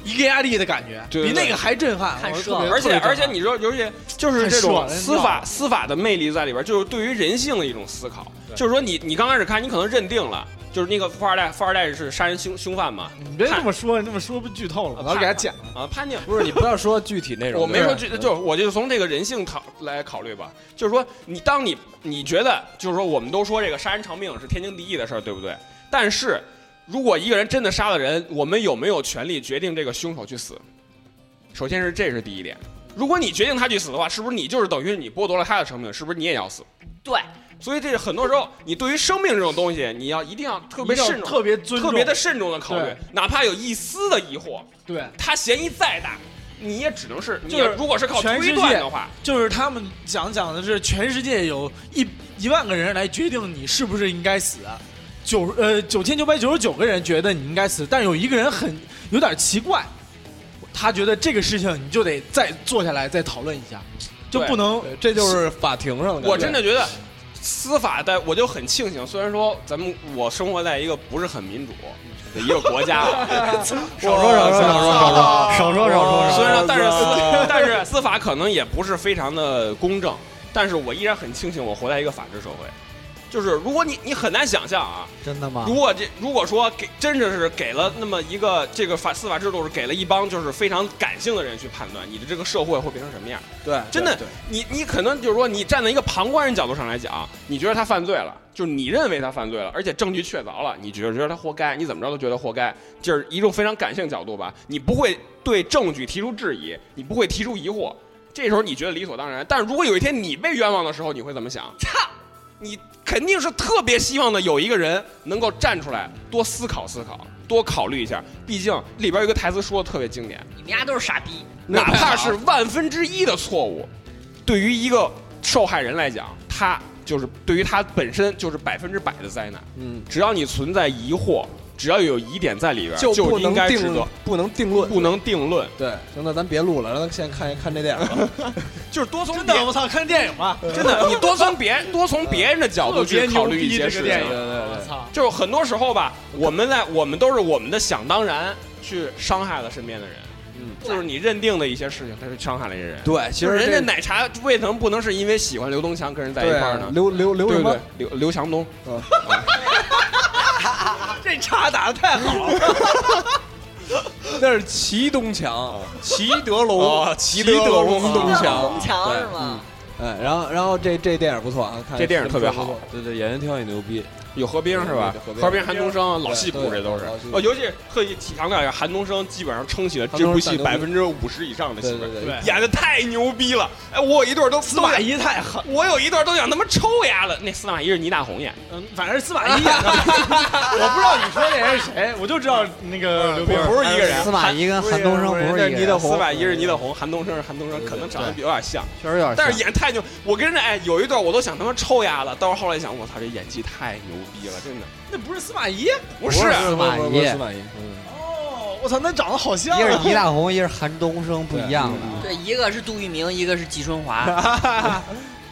C: 一个压力的感觉，
E: 对对
C: 比那
E: 对
C: 个还震撼，
D: 看
C: 我
D: 射
C: 特别
E: 啊而且
C: 特别震
E: 而且
C: 撼
E: 你说，尤其就是
C: 太
E: 这
C: 爽
E: 种
C: 了
E: 司法司法的魅力在里边，就是对于人性的一种思考。就是说你你刚开始看，你可能认定了，就是那个富二代，富二代是杀人凶凶犯嘛，
C: 你别这么说，你这么说不剧
E: 呃
C: 透了，我要给他讲了。
E: 啊，判定。
A: 不是，你不要说具体内容。
E: 我没说
A: 对
E: 就就我就从这个人性考来考虑吧，就是说你当你你觉得就是说我们都说这个杀人偿命是天经地义的事儿，对不对？但是如果一个人真的杀了人，我们有没有权利决定这个凶手去死？首先是这是第一点，如果你决定他去死的话，是不是你就是等于你剥夺了他的生命？是不是你也要死？
D: 对，
E: 所以这很多时候，你对于生命这种东西，你要一定要特别
C: 一定要
E: 慎重、
C: 特别尊重，
E: 特别的慎重的考虑
C: 对，
E: 哪怕有一丝的疑惑，
C: 对，
E: 他嫌疑再大，你也只能是，你
C: 就是
E: 也如果是靠
C: 全世
E: 推
C: 界
E: 断的话，
C: 就是他们讲讲的是全世界有一一万个人来决定你是不是应该死，啊九呃九千九百九十九个人觉得你应该死，但有一个人很有点奇怪，他觉得这个事情你就得再坐下来再讨论一下，就
E: 对
C: 不能
A: 对这就是法庭上的感觉。
E: 我真的觉得司法的，我就很庆幸，虽然说咱们我生活在一个不是很民主的一个国家啊，
A: 少 说少说少说少说。
F: 少说少说少说，
E: 虽然说，但是
A: 我
E: 司但是司法可能也不是非常的公正，但是我依然很庆幸我活在一个法治社会。就是如果你你很难想象啊，
B: 真的吗
E: 如？果这如果说给真的是给了那么一个这个法司法制度是给了一帮就是非常感性的人去判断，你的这个社会会变成什么样？
A: 对，
E: 真的
A: 对，
E: 你你可能就是说你站在一个旁观人角度上来讲，你觉得他犯罪了，就是你认为他犯罪了，而且证据确凿了，你觉得觉得他活该，你怎么着都觉得活该，就是一种非常感性角度吧，你不会对证据提出质疑，你不会提出疑惑，这时候你觉得理所当然。但是如果有一天你被冤枉的时候，你会怎么想？操，你肯定是特别希望的有一个人能够站出来多思考思考，多考虑一下，毕竟里边有一个台词说的特别经典。
D: 你们家都是傻逼，
E: 哪怕是万分之一的错误，对于一个受害人来讲，他就是对于他本身就是百分之百的灾难。
A: 嗯，
E: 只要你存在疑惑，只要有疑点在里边，就
A: 就不
E: 应
A: 能
E: 该值
A: 定
E: 得
A: 论，不能定论。
E: 不能定论，
A: 对，行，那咱别录了，让他先看看这电影吧。
E: 就是多从
C: 真的，呃
E: 别
C: 我操，看电影吧，
E: 真的，你多从别多从别人的 角度
C: 特别
E: 去
C: 牛
E: 考虑
C: 逼
E: 一
C: 这
E: 些
C: 个
E: 事
C: 电
E: 情
C: 影。
A: 对对对
C: 我操，
E: 就是很多时候吧，我们在我们都是我们的想当然去伤害了身边的人。
A: 嗯，
E: 就是你认定的一些事情，他就伤害了一些人。
A: 对，其
E: 其
A: 实
E: 实人家
A: 这
E: 奶茶为什么不能是因为喜欢刘东强跟人在一
A: 对
E: 块儿呢？
A: 刘刘刘
E: 对
A: 什
E: 不
A: 么
E: 对？？刘刘强 东，
C: 这叉打的太好了，
A: 那是齐东强，齐德
E: 哦
A: 龙，啊
E: 齐
A: 德
E: 德龙
A: 东
E: 东
A: 强
E: 强。
D: 红墙
A: 对
D: 是吗？
A: 哎，然后然后这这电影不错啊，看
E: 这电影特别好
A: 不错
G: 对对，演员挑也牛逼，
E: 有何冰是吧
A: 对？对
E: 何
A: 何
E: 冰、
A: 冰
E: 韩东升，老戏骨
A: 对
E: 这都是
A: 老戏。骨
E: 哦，尤其特意体强调一下，韩东升基本上撑起了这部戏百
A: 韩
E: 分之五十以上的戏
A: 对
E: 份
A: 对，对
C: 对
E: 演的太牛逼了！哎，我有一段都司
C: 司马
E: 马懿，
C: 懿太狠，
E: 我有一段都想他妈抽丫了。那司马懿是倪大红演的，
C: 嗯，反正是司马懿演的， 我不知道你说那人是谁，我就知道那个刘冰
E: 不是一个人。
B: 司马懿跟韩东升不是一个
A: 倪德
B: 人，
A: 红
E: 司马懿是倪大红，韩东升是韩东升，可能长得有点像，
B: 确实有点像。
E: 但是演太牛。我跟着哎，有一段我都想他妈抽丫了，但是后来想，我操，这演技太牛逼了，真的
C: 那不是司马懿？
E: 不
B: 不
E: 是啊
B: 是司马懿
A: 不不不司马懿，嗯，
C: 哦，我操，那长得好像
B: 一个是
C: 啊，
B: 倪大红，一个是韩东升，不一样的。
A: 嗯
D: 对，一个是杜聿明，一个是季春华。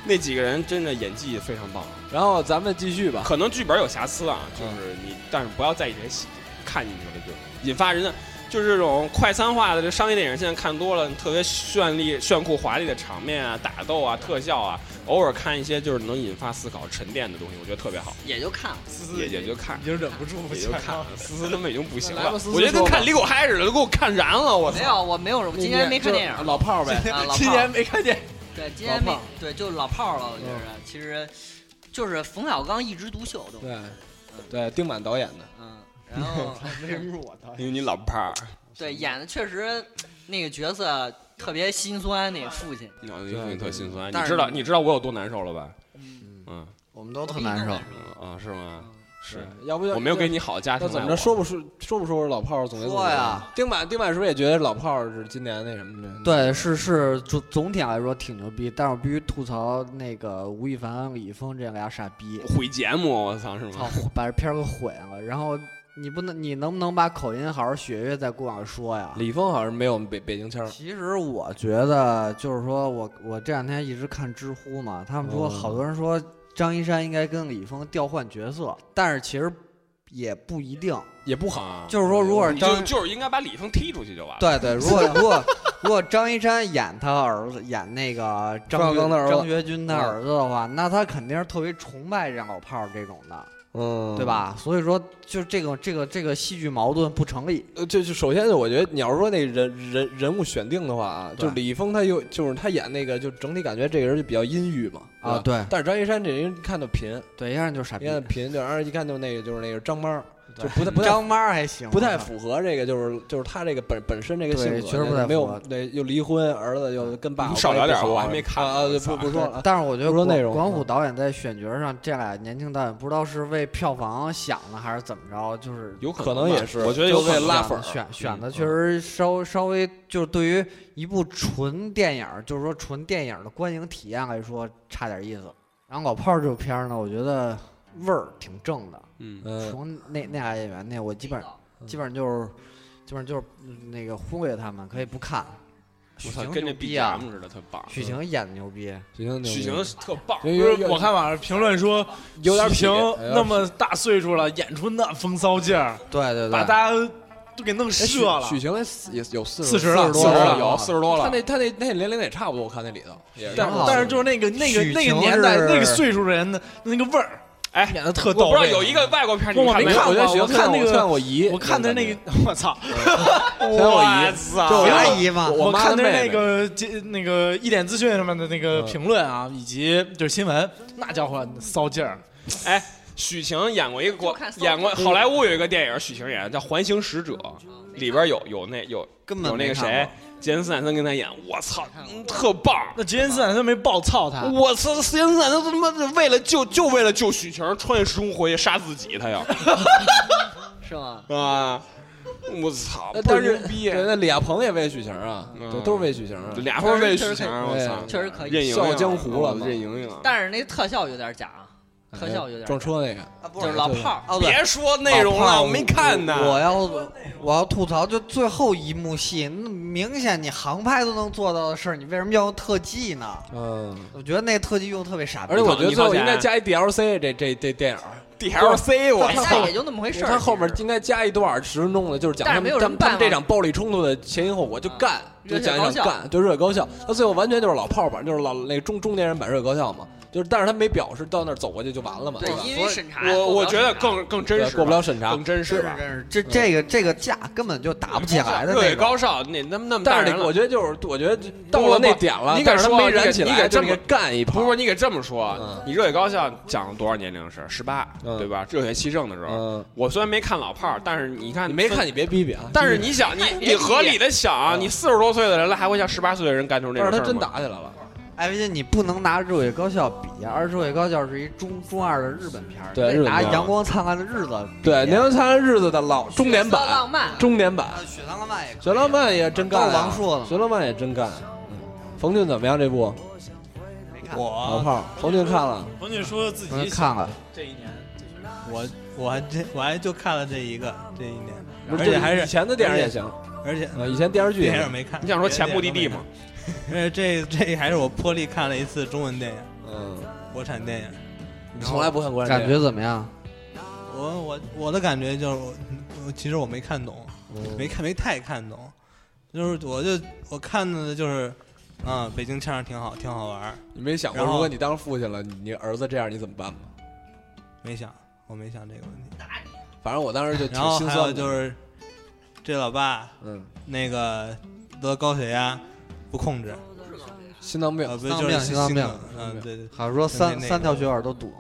E: 那几个人真的演技非常棒。
A: 然后咱们继续吧。
E: 可能剧本有瑕疵啊，就是你，但是不要在意这些细节，看进去了就引发人的，就是这种快餐化的这商业电影，现在看多了，特别绚丽、炫酷、华丽的场面啊、打斗啊、特效啊，偶尔看一些就是能引发思考、沉淀的东西，我觉得特别好，
D: 也就看了。
C: 思思
E: 也也就看
C: 已。经忍不住
E: 也就
C: 想
E: 看
C: 了
E: 了，思思他们已经不行
A: 来
E: 了
A: 吧思，思
E: 我觉得跟
A: 说吧
E: 看李狗嗨似的，都给我看燃了，我
D: 没
E: 操！
D: 有，我没有，我今
A: 那
D: 天没看电影。
A: 就老炮儿呗，
D: 啊，老
C: 今
D: 炮
C: 年
D: 儿
C: 没看见，
D: 对，今天没对，就老炮儿了。我觉得其实就是冯小刚一枝独秀都，
A: 对对，丁满导演的，
D: 嗯，然后
E: 因为你老炮儿，
D: 对演的确实那个角色特别心酸，那个父亲
E: 你老你你特心酸，你
D: 但是
E: 知道你知道我有多难受了吧？
D: 嗯
E: 嗯
B: 我们都特难受。
E: 嗯啊，是吗？是，
A: 要不就
E: 我没有给你好的家
A: 那
E: 庭。
A: 怎么着？说不说说不说是老炮儿总结总
B: 说
A: 结
B: 呀？
A: 丁满丁满是不是也觉得老炮儿是今年那什么的？
B: 对，是是总总体来说挺牛逼，但是我必须吐槽那个吴亦凡、李易峰这俩傻逼，
E: 毁节目，我操，
A: 嗯
E: 是吗？
B: 操，把这片儿给毁了。然后你不能，你能不能把口音好好学学，再过往说呀？
A: 李易峰好像没有我们北北京腔儿，
B: 其实我觉得，就是说我我这两天一直看知乎嘛，他们说
A: 哦
B: 好多人说张一山应该跟李易峰调换角色，但是其实也不一定。
A: 也不好。
E: 啊
B: 就是说，如果是
E: 你就
B: 张
E: 就是应该把李易峰踢出去就完了。
B: 对对，如果如果如果张一山演他儿子，演那个张
A: 冯小刚的儿
B: 觉
A: 子
B: 张学军他儿子的话，那他肯定是特别崇拜这老炮儿这种的，
A: 嗯，
B: 对？吧？所以说，就这个这个这个戏剧矛盾不成立。
A: 呃，就就首先，我觉得你要是说那人人人物选定的话啊，
B: 对
A: 就李易峰他有就是他演那个，就整体感觉这个人就比较阴郁嘛
B: 啊，
A: 对吧。
B: 对
A: 但是张一山这人一看就贫，
B: 对，一看就是傻
A: 一
B: 逼。
A: 看就贫，就然后一看就那个就是那个张妈儿，
B: 对
A: 就不太不太
B: 张妈儿还行，
A: 不太
B: 我操
A: 符合这个就是就是他这个本本身这个
B: 对
A: 性格，
B: 确实不太
A: 没
B: 符合嗯
A: 有对又离婚，儿子又跟
E: 你
A: 爸
E: 们少聊点
A: 关系不
E: 我
A: 好
E: 还没看
A: 啊，啊对不
E: 我操
A: 不说了。
B: 但是我觉得
A: 不说
B: 广
A: 内容啊
B: 广虎导演在选角上，这俩年轻导演不知道是为票房想的还是怎么着，就是
E: 有
A: 可能
E: 吧
A: 也是
E: 我觉得
A: 就
E: 有
A: 为
E: 可能
A: 拉
B: 选
A: 粉儿
B: 选选的
A: 嗯
B: 确实稍稍微就是对于一部纯电影儿，就是说纯电影儿的观影体验来说差点意思。然后老炮儿这部片儿呢，我觉得味儿挺正的，
E: 嗯，
A: 嗯，
B: 除那那俩演员那我基本基本上就是基本上就是嗯那个忽略他们，可以不看。许
E: 我操，
B: 晴
E: 跟
B: 牛
E: 这
B: 逼啊
E: BGM！似的，特棒。
B: 许晴演的牛逼，
A: 许晴
E: 许晴特棒，
A: 有
C: 不
A: 有
C: 是
A: 有
C: 我看网上评论说
A: 有点
C: 许
A: 平
C: 晴，那么大岁数了，演出那风骚劲儿，
B: 对对对，
C: 把大家就给弄射了。
A: 许晴那也有四
C: 40了
A: 多
E: 四十
C: 40
A: 了，
E: 了，有四十多
A: 他
E: 了。
A: 那他那那年龄也差不多，我看那里头也是
C: 但
B: 挺好
C: 但是就是那个那个
B: 许
C: 那
B: 晴
C: 个年代
B: 是
C: 那个岁数的人的那个味儿，
E: 哎
C: 演的特
E: 我
C: 逗。
E: 不知道
B: 啊
E: 有一个外国片儿你
C: 我
E: 看
C: 没
E: 没有
C: 看
A: 我觉得许
C: 我
A: 晴
C: 看那个
A: 像我姨，
C: 我看的那
A: 种
C: 个，我操！
A: 像我姨
C: 操
A: 就我
B: 阿
A: 阿
B: 姨嘛，
A: 我
C: 我
A: 妈
C: 看
A: 的
C: 的
A: 妹
C: 那
A: 妹
C: 个这那个一点资讯上面的那个
A: 嗯
C: 评论啊，以及就是新闻，那家伙骚劲儿，
E: 哎，许晴演过一个
D: 就
E: 国
D: 看，搜
E: 演过好莱坞有一个电影，许晴演的叫《环形使者》，
D: 嗯
E: 里边有有那有
B: 根本
E: 有那
B: 没
E: 个
B: 看
E: 谁
B: 过，
E: 杰森斯坦森跟他演，我操，嗯特棒！
C: 那杰森斯坦森没暴操他，
E: 我操，杰森斯坦森他妈的为了救就为了救许晴，穿越时空回去杀自己，他要
D: 是吗？
E: 啊！我操，
B: 呃
A: 那
E: 倍儿
A: 但是
E: 牛逼！啊
A: 对那李亚鹏也为许晴啊，
E: 嗯
A: 对，都是为许晴啊。
E: 俩分为许晴，我
A: 确实可以
E: 操，
D: 确实可以
E: 任盈盈
A: 笑傲江湖了嘛
E: 任盈盈啊。
D: 但是那特效有点假，啊，特效有点
A: 撞哎车那个，
B: 啊不
D: 就是是老炮
B: 哦对
E: 别说内容了，我没看呢。
B: 我要我要吐槽，就最后一幕戏，那明显你航拍都能做到的事儿，你为什么要用特技呢？
A: 嗯，
B: 我觉得那特技用得特别傻逼。
A: 而且我
E: 你
A: 觉得
E: 你
A: 最后
E: 掏钱
A: 应该加一 DLC，这这这电影儿，
E: DLC 我
D: 儿，现在
E: 操
D: 也，就那么回事儿。
A: 他后面
D: 其实
A: 应该加一段十分钟的，就是讲他
D: 但是
A: 们
D: 没有
A: 他
D: 人
A: 们他们
D: 办
A: 这
D: 了
A: 场暴力冲突的前因后果，就干，就
D: 热血
A: 讲
D: 高
A: 一
D: 校
A: 场干，就热血高校。他最后完全就是老炮儿版，就是老那个中中年人版热血高校嘛。就是，但是他没表示到那儿走过去就完了嘛。对吧
D: 对，因为审查，
E: 我
D: 过不
E: 我
D: 了
E: 觉得
D: 审查
E: 更更真
A: 对
E: 实，
A: 过不了审查
E: 更。真实
B: 是
E: 吧。
B: 真是这这个这个架根本就打不起来的
E: 热
B: 那
E: 血
B: 种。
E: 高校那那么那么大
A: 但是
E: 人
A: 那个我
E: 了，
A: 觉得就是，我觉得到了那点了，
E: 你敢
A: 但是他
E: 说
A: 没
E: 你
A: 燃
E: 敢
A: 起来，
E: 你敢
A: 就
E: 这
A: 是
E: 么
A: 应该干一炮。
E: 不是，你给这么说，
A: 嗯
E: 你热血高校讲多少年龄是十八
A: 嗯
E: 对吧？热血西盛的时候，
A: 嗯，
E: 我虽然没看老炮儿，但是你看
A: 你没看，你别逼逼啊。
E: 但是你想你
D: 哎别
E: 你合理的想啊，
A: 嗯
E: 你四十多岁的人了，还会像十八岁的人干出那
A: 但是
E: 种事
A: 他
E: 儿吗
A: 真打起来了。
B: 哎，不信你不能拿热血高校比啊，而热血高校是一中中二的日本片儿，
A: 对
B: 你得拿
A: 日本片儿
B: 阳光灿烂的日子比。
A: 对，《南洋灿烂日子》的老中年
D: 血色
A: 版，
D: 浪漫，
A: 中年版，
B: 啊雪浪漫也可以
A: 雪浪漫也真干
B: 都是王朔的
A: 啊
B: 嘛，
A: 雪浪漫也真干。嗯冯俊怎么样？这部
B: 没看，
A: 老
F: 我
A: 炮儿，冯俊看了，
F: 冯俊说自
B: 我看了，
C: 这一年
F: 我我还真我还就看了这一个这一年，
A: 不
F: 而
A: 就
F: 且还
A: 以
F: 是
A: 前的电影也行，
F: 而且
A: 啊，以前电视剧也
F: 电影
A: 行，
F: 没看。
E: 你想说前目的地吗？
F: 呃，这这还是我破例看了一次中文电影，
A: 嗯，
F: 国产电影。
A: 你从来不看国产
B: 感
A: 电影，
B: 觉怎么样？
F: 我我我的感觉就是我，我其实我没看懂，
A: 嗯
F: 没看没太看懂，就是我就我看的就是，嗯，北京腔儿挺好，挺好玩儿。
A: 你没想过，
F: 然后
A: 如果你当父亲了，你你儿子这样你怎么办吗？
F: 没想，我没想这个问题。
A: 反正我当时就挺
B: 哦
F: 然后
A: 心
F: 还
A: 酸
F: 有
A: 的，
F: 就是，这老爸
A: 嗯，
F: 那个得高血压，不控制，
A: 心脏病
F: 呃，不
B: 心脏
F: 就是
B: 病心脏病
F: 嗯，对对
B: 好像说
F: 那
B: 三
F: 那个
B: 三条血管都堵。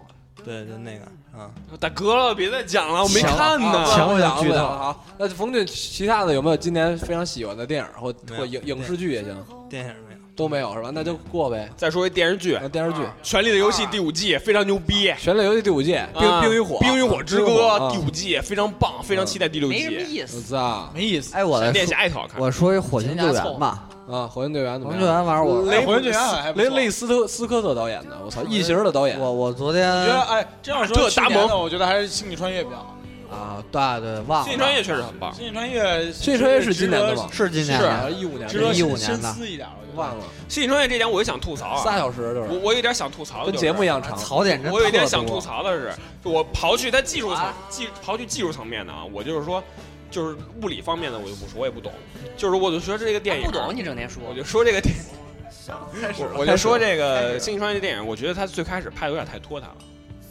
F: 对，就那个，嗯，
E: 大哥了，别再讲了，我没
B: 行
E: 看呢。
B: 啊强
A: 想
B: 行剧透
A: 好，那冯俊其他的有没有今年非常喜欢的电影或
F: 没有
A: 或影影视剧也行，
F: 电影没有。
A: 都没有是吧？那就过呗。
E: 再说一电视剧，
A: 那电视剧《
E: 《权力的游戏》第五季非常牛逼，
A: 权力游戏》第五季《冰嗯
E: 啊
A: 冰与啊火》
E: 冰与火之歌》
A: 啊
E: 第五季非常棒，非常期待第六
D: 没什么
E: 季。
D: 意
A: 我
D: 思。
A: 操
C: 没意思。
B: 哎，我来
E: 闪电
B: 说，
E: 侠也挺好看，
B: 我说一火星救援吧，
A: 啊！火箭队员怎
B: 火
A: 么样？
B: 星救援玩意儿
A: 嗯
B: 我
C: 哎火箭队员好像还不
A: 雷
C: 错
A: 雷斯特斯科特导演的，我操，异形的导演，
B: 我我昨
C: 我觉得
B: 天
C: 哎，真要
E: 这
C: 说去
E: 达
C: 年
E: 蒙
C: 的，我觉得还是《星际穿越》比较好，
B: 啊，对对忘
E: 《星际穿
B: 了，
E: 越》确实很棒。
C: 《星际穿越》《
A: 星际穿越是今年的吗？
B: 是今年
E: 是
B: 的
A: 啊，一五年
C: 值
A: 的，
C: 得
B: 一
A: 一
B: 五
A: 五
B: 年
C: 深
B: 的
C: 思一点，我觉得
A: 忘了，
E: 《星际穿越》这点我有想吐槽
A: 仨
E: 啊，
A: 小时就是
E: 我，我有点想吐槽的
A: 跟
E: 就是，
A: 节目一样长。
B: 槽点真
E: 我有一点
B: 特
E: 想
B: 多
E: 吐槽的是，我刨去它技术层
D: 啊
E: 技刨去技术层面的啊，我就是说，就是物理方面的我就不说，我也不懂。就是我就说这个电影，啊
D: 不懂你整天说
E: 我，就说这个电，我我就说这
A: 开
E: 个
A: 始
E: 《星际穿越》这电影，我觉得它最开始拍的有点太拖沓了，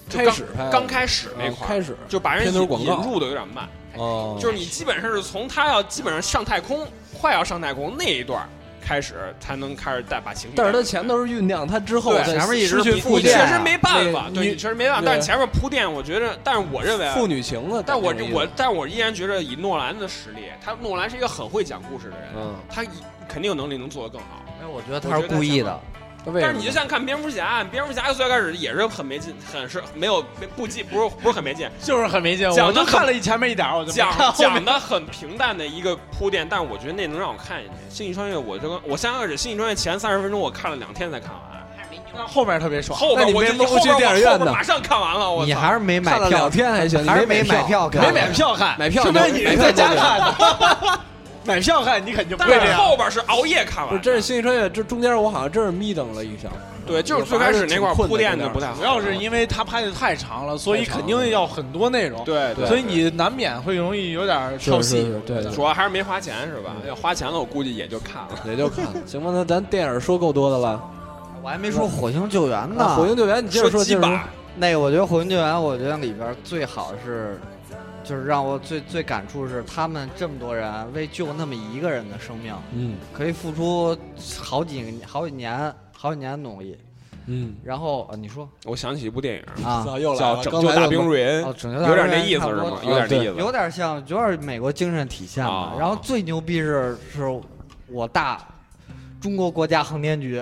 E: 就
A: 开
E: 刚
A: 始拍的
E: 刚开始那
A: 啊
E: 块儿
A: 开始
E: 就把人
A: 片
E: 引
A: 头广
E: 引
A: 告
E: 入的有点慢。
A: 哦，
E: 就是你基本上是从他要基本上上太空，快要上太空那一段儿开始，才能开始带把情绪带
A: 但是
E: 出来。
A: 他前头是酝酿，他之后
E: 对
A: 再
B: 前面一直
A: 失去
B: 比
A: 父亲
E: 你
B: 比
E: 确
B: 啊
E: 实没办法，
A: 那
E: 对
A: 你
E: 你确实没办法。
A: 对
E: 但是前面铺垫，我觉着，但是我认为啊，
A: 父女情了。
E: 但我
A: 感觉
E: 我，但我依然觉着以诺兰的实力，他诺兰是一个很会讲故事的人，
A: 嗯，
E: 他一肯定有能力能做得更好。
B: 哎，我觉得他是故意的，
A: 那为
E: 但
A: 什
E: 是
A: 么
E: 你就像看蝙蝠侠，蝙蝠侠最开始也是很没劲，很是没有没不进，不是不是很没劲，
C: 就是很没劲。
E: 讲
C: 我
E: 得
C: 就
E: 很
C: 看了一前面一点儿，我就没
E: 讲
C: 看后面
E: 讲的很平淡的一个铺垫，但我觉得那能让我看进去。星际穿越，我这个我先开始星际穿越前三十分钟，我看了两天才看完，
D: 还是没牛。
C: 后面特别爽。
E: 后
A: 那你
E: 边我
A: 为
E: 就
A: 什么不
E: 后
A: 去
E: 边我
A: 电影院呢
E: 后边马上看完了，我
B: 你
E: 操
B: 还是没
A: 看
B: 买
A: 了
B: 票
A: 两，天还行，你
B: 还是
A: 买
B: 买票看，
C: 没买票看，
A: 买票
C: 说明你是在家看的。买票看你肯定不
E: 但
C: 会这
E: 是
C: 样。
E: 后边是熬夜看
A: 不
E: 完
A: 是，
E: 的，
A: 这是星际穿越，这中间我好像真是眯瞪了一下。
E: 对，就是最开始那块儿铺垫的不太
C: 主
E: 好。
C: 要是因为他拍的太长了，所以肯定要很多内容，
E: 对对，
C: 所以你难免会容易有点
A: 是
C: 跳
A: 是
C: 戏
A: 是。对
C: 我觉得
A: 对
E: 主要还是没花钱是吧？要花钱了，我估计也就看了。
A: 也就看了，行吧，那咱电影说够多的了。
B: 我还没说火星救援呢。
A: 那啊火星救援，你接着说，接
E: 鸡
A: 着说
E: 巴，
B: 那个，我觉得《火星救援》，我觉得里边最好是，就是让我最最感触是，他们这么多人为救那么一个人的生命，
A: 嗯
B: 可以付出好几好几年、好几年的努力。
A: 嗯，
B: 然后、呃、你说
E: 我想起一部电影
B: 啊，
A: 操，又来
E: 叫
A: 了，刚
E: 《拯救
A: 才
E: 大
A: 就
E: 兵瑞恩
B: 哦，》，拯救大
E: 有点
B: 兵瑞
E: 那
B: 恩
E: 意思
B: 差不
E: 是
B: 多
E: 吗？
A: 哦
E: 有点那意思。
B: 有点像，有点美国精神体现嘛
E: 啊。
B: 然后最牛逼是是我大中国国家航天局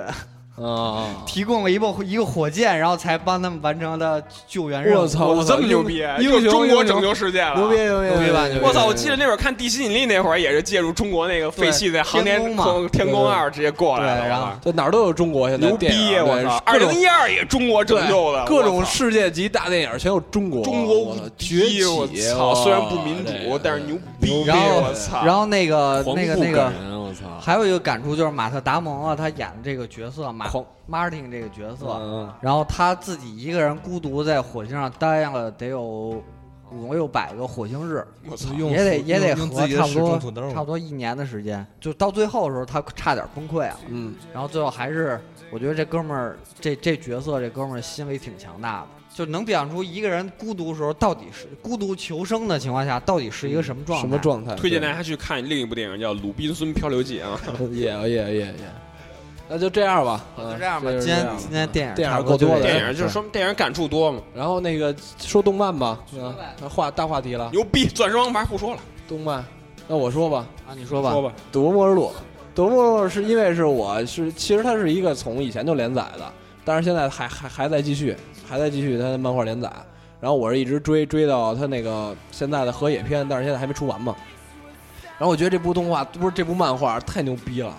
A: 啊，
B: 提供了一部一个火箭，然后才帮他们完成的救援任务。
A: 我操，
E: 我
A: 我
E: 这么牛逼，
A: 英
E: 就
A: 雄
E: 中国
A: 英雄
E: 拯救世界了，
A: 牛逼牛逼
B: 牛逼吧牛逼
E: 我操！我记得那会儿看《地心引力》那会儿，也是借助中国那个废弃的航
B: 天
E: 天
B: 宫嘛
E: 空天宫二直接过来了，
B: 对然后
A: 就哪儿都有中国现在
E: 牛
A: 电影
E: 逼！啊我操！二
A: 各种
E: 零一二也中国拯救的，
A: 各
E: 我
A: 种
E: 操
A: 世界级大电影全有中国，
E: 中国
A: 我
E: 无
A: 操崛
E: 敌！我
A: 起，
E: 操！
A: 哇
E: 虽然不民
A: 这
E: 主，
A: 个
E: 但是牛逼！
B: 然后
E: 我操！
B: 然后那个
A: 狂
B: 那个
A: 不
B: 那个
A: 感人，我操，
B: 还有一个感触就是马特·达蒙啊，他演的这个角色马
A: 狂
B: Martin 这个角色，
A: 嗯
B: 然后他自己一个人孤独在火星上待了得有五六百个火星日，
E: 我操！
F: 用
B: 也得
F: 用
B: 也得
F: 用
B: 合
F: 自己的
B: 差不
F: 屎种
B: 多
F: 土豆
B: 差不
F: 嘛，
B: 多一年的时间，就到最后的时候他差点崩溃啊，
A: 嗯，
B: 然后最后还是我觉得这哥们儿这这角色这哥们儿心里挺强大的，就能表现出一个人孤独的时候到底是孤独求生的情况下到底是一个什么状态，
A: 什么状态？
E: 推荐大家去看另一部电影叫《鲁滨孙漂流记》啊，
A: 对也也也也，那就这样吧，
B: 就
A: 嗯
B: 这样吧，
A: 就
B: 今
A: 是
B: 天
A: 这样
B: 今天电影
A: 电影
B: 差不多就
A: 够多
B: 这
A: 的
B: 样
E: 电影就是说明电影感触多嘛，
A: 然后那个说动漫吧，
D: 说呗
A: 啊，话大话题了，
E: 牛逼！钻石王牌不说了，
A: 动漫，那我说吧，
B: 啊，你说吧，
E: 说吧，
A: 《赌博默示录》，《赌博默示录》是因为是我是其实它是一个从以前就连载的，但是现在还还还在继续，还在继续它的漫画连载。然后我是一直追追到它那个现在的河野篇，但是现在还没出完嘛。然后我觉得这部动画不是这部漫画太牛逼了，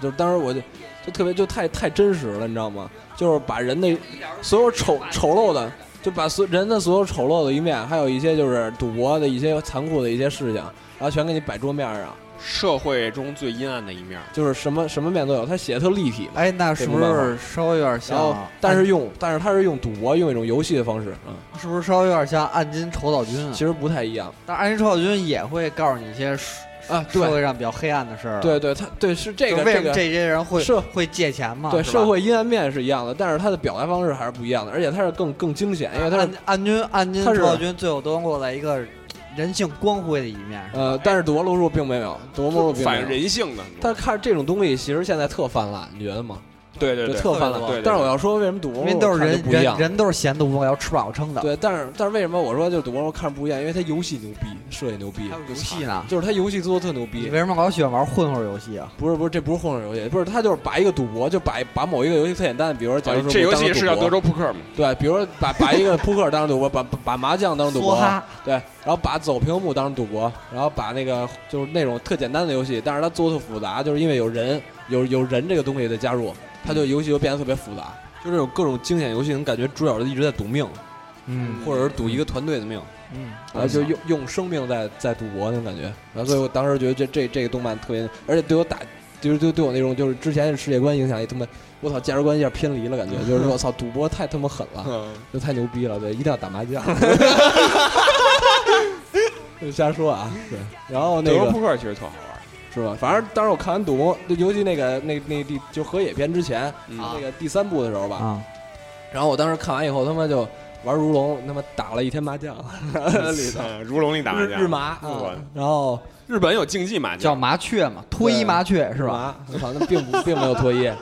A: 就当时我就就特别就太太真实了，你知道吗？就是把人的所有丑丑陋的，就把所人的所有丑陋的一面，还有一些就是赌博的一些残酷的一些事情，然后全给你摆桌面上。
E: 社会中最阴暗的一面。
A: 就是什么什么面都有，他写的特立体嘛。
B: 哎，那是不
A: 这没
B: 是稍微有点
A: 然后
B: 像？，啊
A: 但是用，但是他是用赌博，用一种游戏的方式，嗯，
B: 是不是稍微有点像暗金丑岛君啊
A: 其？实不太一样
B: 但是暗金丑岛君也会告诉你一些社
A: 啊。
B: 社
A: 对，
B: 会上比较黑暗的事儿。，啊
A: 对对，他对是这个
B: 为什
A: 这
B: 么
A: 个
B: 这些人会
A: 社
B: 会借钱嘛？
A: 对
B: 是吧
A: 社。会阴暗面是一样的，但是他的表达方式还是不一样的，而且他是更更惊险，因为他是
B: 暗暗金暗金
A: 他是
B: 丑岛君最后都落在一个人性光辉的一面上。
A: 呃，但是赌博路数并没有，赌博路数并没
E: 反
A: 有。
E: 人性的，
A: 但是看这种东西，其实现在特泛滥，你觉得吗？
E: 对对
A: 就
E: 对，
A: 特泛
B: 对
A: 滥
E: 对对。
A: 但是我要说，为什么赌博路
B: 因为
A: 数
B: 都
A: 看
B: 是
A: 着
B: 人
A: 不一
B: 人
A: 样？
B: 人都是闲的无聊，吃饱了撑的。
A: 对，但是但是为什么我说就赌博路看着不一样？因为他游戏牛逼，设计牛逼
B: 还，有游戏呢？
A: 就是他游戏做的特牛逼。
B: 你为什么老喜欢玩混混游戏啊？
A: 不是不是，这不是混混游戏，不是他就是把一个赌博，就把把某一个游戏特简单，比如说假如说
E: 哎这
A: 我
E: 游戏
A: 当成赌
E: 是叫
A: 博
E: 德州扑克吗？
A: 对，比如说把把一个扑克当成赌博，把把把麻将当成赌
B: 梭
A: 博，
B: 哈，
A: 对，然后把走屏幕当成赌博，然后把那个就是那种特简单的游戏，但是它做的特复杂，就是因为有人有有人这个东西的加入，它就游戏就变得特别复杂，就这种各种惊险游戏，能感觉主角一直在赌命，
B: 嗯
A: 或者是赌一个团队的命，
B: 嗯，
A: 然啊后就用用生命在在赌博那种感觉，然后所以我当时觉得这这这个动漫特别，而且对我打就是对对我那种就是之前世界观影响也他妈，我操价值观一下偏离了，感觉就是说我操赌博太他妈狠
E: 嗯
A: 了，这太牛逼了，对，一定要打麻 将，就瞎说啊，对，然后那
E: 德州
A: 个
E: 扑克其实特好玩。
A: 是吧？反正当时我看完赌博，尤其那个那那第就河野篇之前
E: 嗯
A: 那个第三部的时候吧，
B: 啊，
A: 然后我当时看完以后他妈就玩如龙，他妈打了一天麻将，里头
E: 嗯如龙里打麻
A: 日
E: 将，
A: 日麻
E: 我
A: 啊，然后。
E: 日本有竞技麻
B: 叫
E: 将，
B: 麻雀嘛，脱衣
A: 对
B: 麻雀是吧？
A: 吧？反正并不并没有脱衣。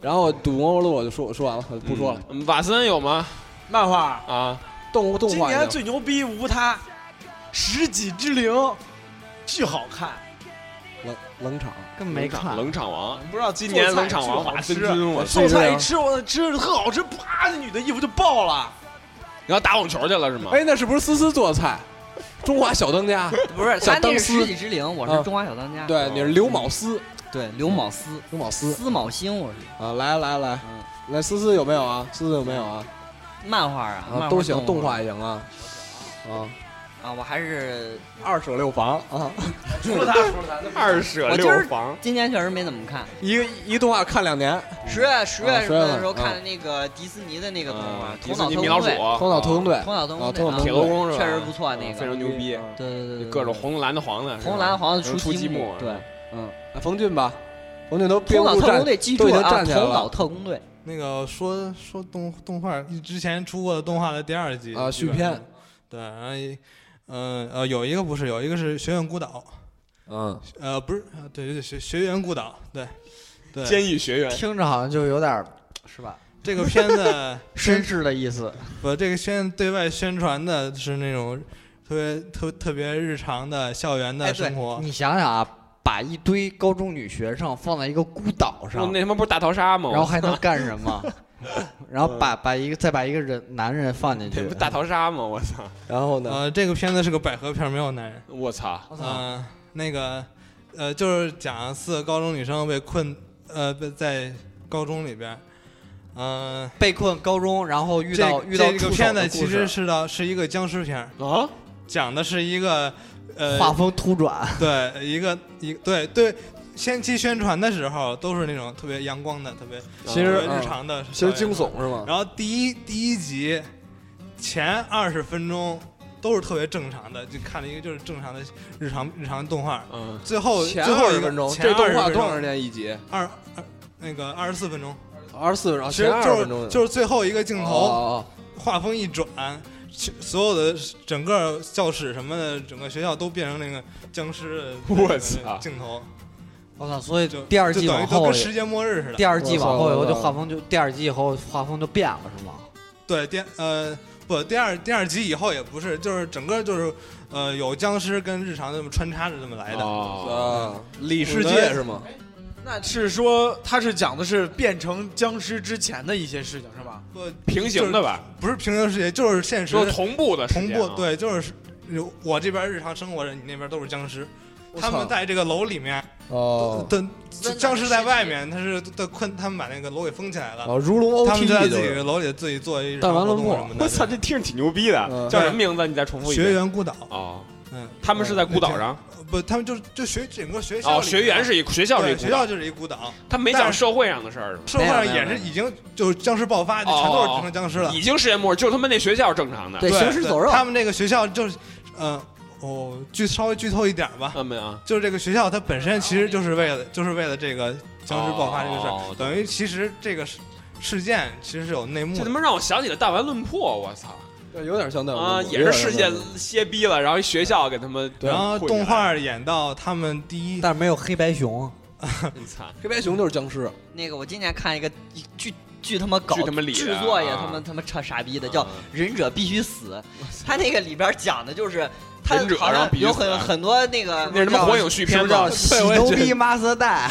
A: 然后赌魔录我就说我说完了，不说了。
E: 嗯。瓦森有吗？
C: 漫画
E: 啊，
A: 动动
C: 今
A: 画
C: 年
A: 已经
C: 最牛逼无他，《十几之灵》巨好看，
A: 冷冷场，
B: 根本没看。
E: 冷场王。
C: 不知道今
E: 今年冷场王瓦森君，我操！
C: 做菜一吃，我吃的特好吃，啪，那女的衣服就爆了。
E: 你要打网球去了是吗？
A: 哎，那是不是思思做的菜？中华小当 家，
D: 不是
A: 小
D: 他那
A: 当
D: 是
A: 斯
D: 世纪之灵，我
A: 啊
D: 是中华小当家。
A: 对，你嗯是刘卯思，
D: 对，刘卯司、
A: 刘卯思
D: 司卯星，我是
A: 嗯啊，来来来
D: 嗯，
A: 来思思有没有啊？思思有没有啊？
D: 漫画啊，漫
A: 啊，
D: 画
A: 都行，动
D: 画
A: 画也行啊，啊，
D: 啊，我还是
A: 二手六房啊，
D: 除了他，除了他，
E: 二舍
D: 我今
E: 六
D: 儿
E: 房，
D: 今年确实没怎么看。
A: 一个一动画看两年，
D: 十月十
A: 嗯
D: 月
A: 啊
D: 份
A: 十月份
D: 的时候
A: 嗯
D: 看的那个迪士尼的那个动画
E: 嗯，
D: 《
E: 迪
D: 头
E: 士
D: 脑
E: 尼
D: 特
E: 米老
D: 工
E: 鼠
D: 队》，
A: 《头脑特工队》
D: 头脑特
A: 啊
D: 工
A: 头脑
D: 队，
A: 特
E: 铁头功是吧？啊
D: 确实不错，那个
E: 非常牛逼，
D: 对对对对，
E: 各种
D: 对
E: 红蓝的黄的，
D: 红蓝黄的
E: 能出
D: 积
E: 积
D: 木
E: 木，
D: 对，
A: 嗯，啊冯俊吧，冯俊都
D: 头
A: 边
D: 脑
A: 路
D: 特工
A: 站，
D: 队记
A: 都
D: 住
A: 已经
D: 了啊，
A: 站起来
D: 头
A: 了
D: 脑特工队，
F: 那个说说动动画之前出过的动画的第二
A: 啊
F: 季基本上
A: 续篇，
F: 对，然后一嗯呃有一个不是有一个是学院孤岛，
A: 嗯，
F: 呃不是啊对对对学学院孤岛，对对
E: 监狱学院
B: 听着好像就有点儿是吧？
F: 这个片子
B: 绅士的意思，
F: 不这个宣对外宣传的是那种特别特特别日常的校园
B: 哎
F: 的
B: 对
F: 生活，
B: 你想想啊，把一堆高中女学生放在一个孤岛
E: 我
B: 上，
E: 哦那他妈不是大逃杀吗？
B: 然后还能干什么？然后把把一个再把一个人男人放进
E: 这
B: 去
E: 不，大逃杀吗？我操！
A: 然后呢，
F: 呃这个片子是个百合片，没有男人。
E: 我操！
B: 我操，
F: 嗯，那个，呃，就是讲四个高中女生被困，呃，被在高中里边儿，嗯、
B: 被困高中，然后遇
F: 这
B: 到
F: 个
B: 遇到
F: 这
B: 触
F: 个
B: 手
F: 片
B: 的
F: 子
B: 故
F: 其
B: 事
F: 实是的是一个僵尸片儿，
E: 啊，
F: 讲的是一个，呃，
B: 画风突转，
F: 对，一个一对对，先期宣传的时候都是那种特别阳光的，特别
A: 其实
F: 特别
A: 嗯
F: 日常的，
A: 其实惊。悚是吗？
F: 然后第一第一集前二十分钟都是特别正常的，就看了一个就是正常的日常日常动画。
E: 嗯，
F: 最后
A: 前
F: 最后
A: 二
F: 一
A: 十
F: 个
A: 分钟，
F: 前
A: 这动
F: 20
A: 画
F: 分
A: 多
F: 钟
A: 长时间一集？
F: 二二那个二十四分钟，
A: 二十四分钟，
F: 其实
A: 啊前20分
F: 就
A: 钟
F: 是就是最后一个镜头，
A: 哦
F: 画风一转，其所有的整个教室什么的，整个学校都变成那个僵尸的
E: 我操
F: 镜头，
B: 我操！所以
F: 就
B: 第二
F: 就
B: 季
F: 等于
B: 往
F: 都
B: 后
F: 跟，世界末日似的。
B: 第二季往后以后
A: 我
B: 就
A: 操
B: 画风就第二季以后画风就变了是吗？
F: 对，第呃不第二第二集以后也不是，就是整个就是呃有僵尸跟日常这么穿插着这么来的。
A: 哦
E: 哦，
A: 哦，里世界是吗？
C: 那是说他是讲的是变成僵尸之前的一些事情是吧？
F: 不
E: 平行的吧，
F: 不是平行世界，就是现实
E: 就是同步的时
F: 同
E: 间
F: 步
E: 啊，
F: 对，就是我这边日常生活着，你那边都是僵尸，
A: 我
F: 他们
A: 操
F: 在这个楼里面。
A: 哦
F: 的
D: 真的
F: 僵尸在外面，他是的困，他们把那个楼给封起来了，
A: 哦，如龙
F: 他们
A: OT
F: 就在
A: 的
F: 自己的楼里自己做一日
A: 弹
F: 常
A: 丸
F: 活
A: 论
F: 动
A: 破
F: 什么的。
E: 我操，这听着挺牛逼的，
A: 嗯
E: 叫什么名字？你再重复一遍。
F: 学员孤岛，
E: 哦，
F: 嗯，
E: 他们是在孤岛上
F: 不，他们就就学整个学校
E: 哦，
F: 里面
E: 学员是一学校
F: 对
E: 这
F: 学
E: 孤
F: 校
E: 岛，
F: 就是一孤岛，
E: 他没讲社会上的事儿是吗
F: 社会上
B: 没有没有
F: 也
B: 没
F: 是
B: 有
F: 已经就是僵尸爆发，就全都是成了僵尸了。
E: 已经世界末日，就他妈那学校正常的。
B: 哎
D: 对，行尸走肉，
F: 他们这个学校就是，嗯，哦，剧稍微剧透一点吧，
E: 啊没有啊，
F: 就是这个学校它本身其实就是为了就是为了这个僵尸爆发这个事儿，
E: 哦
F: 等于其实这个事事件其实是有内幕
E: 这
F: 的
E: 他。妈让我想起了《弹丸论破》，我操
A: 对有点像那
E: 啊，也是世界歇逼了，然后一学校给他们
A: 对
F: 然后
E: 混
F: 动
E: 着
F: 画演到他们第一，
B: 但是没有黑白熊，
E: 你操，
A: 黑白熊就是僵尸，
D: 那个我今年看一个一巨巨他妈搞
E: 巨他妈理
D: 制
E: 的
D: 作也
E: 啊
D: 他妈他妈傻傻逼的，叫《
E: 嗯
D: 忍者必须死》。他那个里边讲的就是他
E: 忍者
D: 好
E: 然
D: 像
E: 后必须
D: 有
E: 死啊
D: 很很多那个
E: 那什么火影续
B: 是
E: 篇
B: 不是叫
E: 嘛，
B: 喜
E: 对我也
B: 牛
E: 觉得
B: 逼马斯代？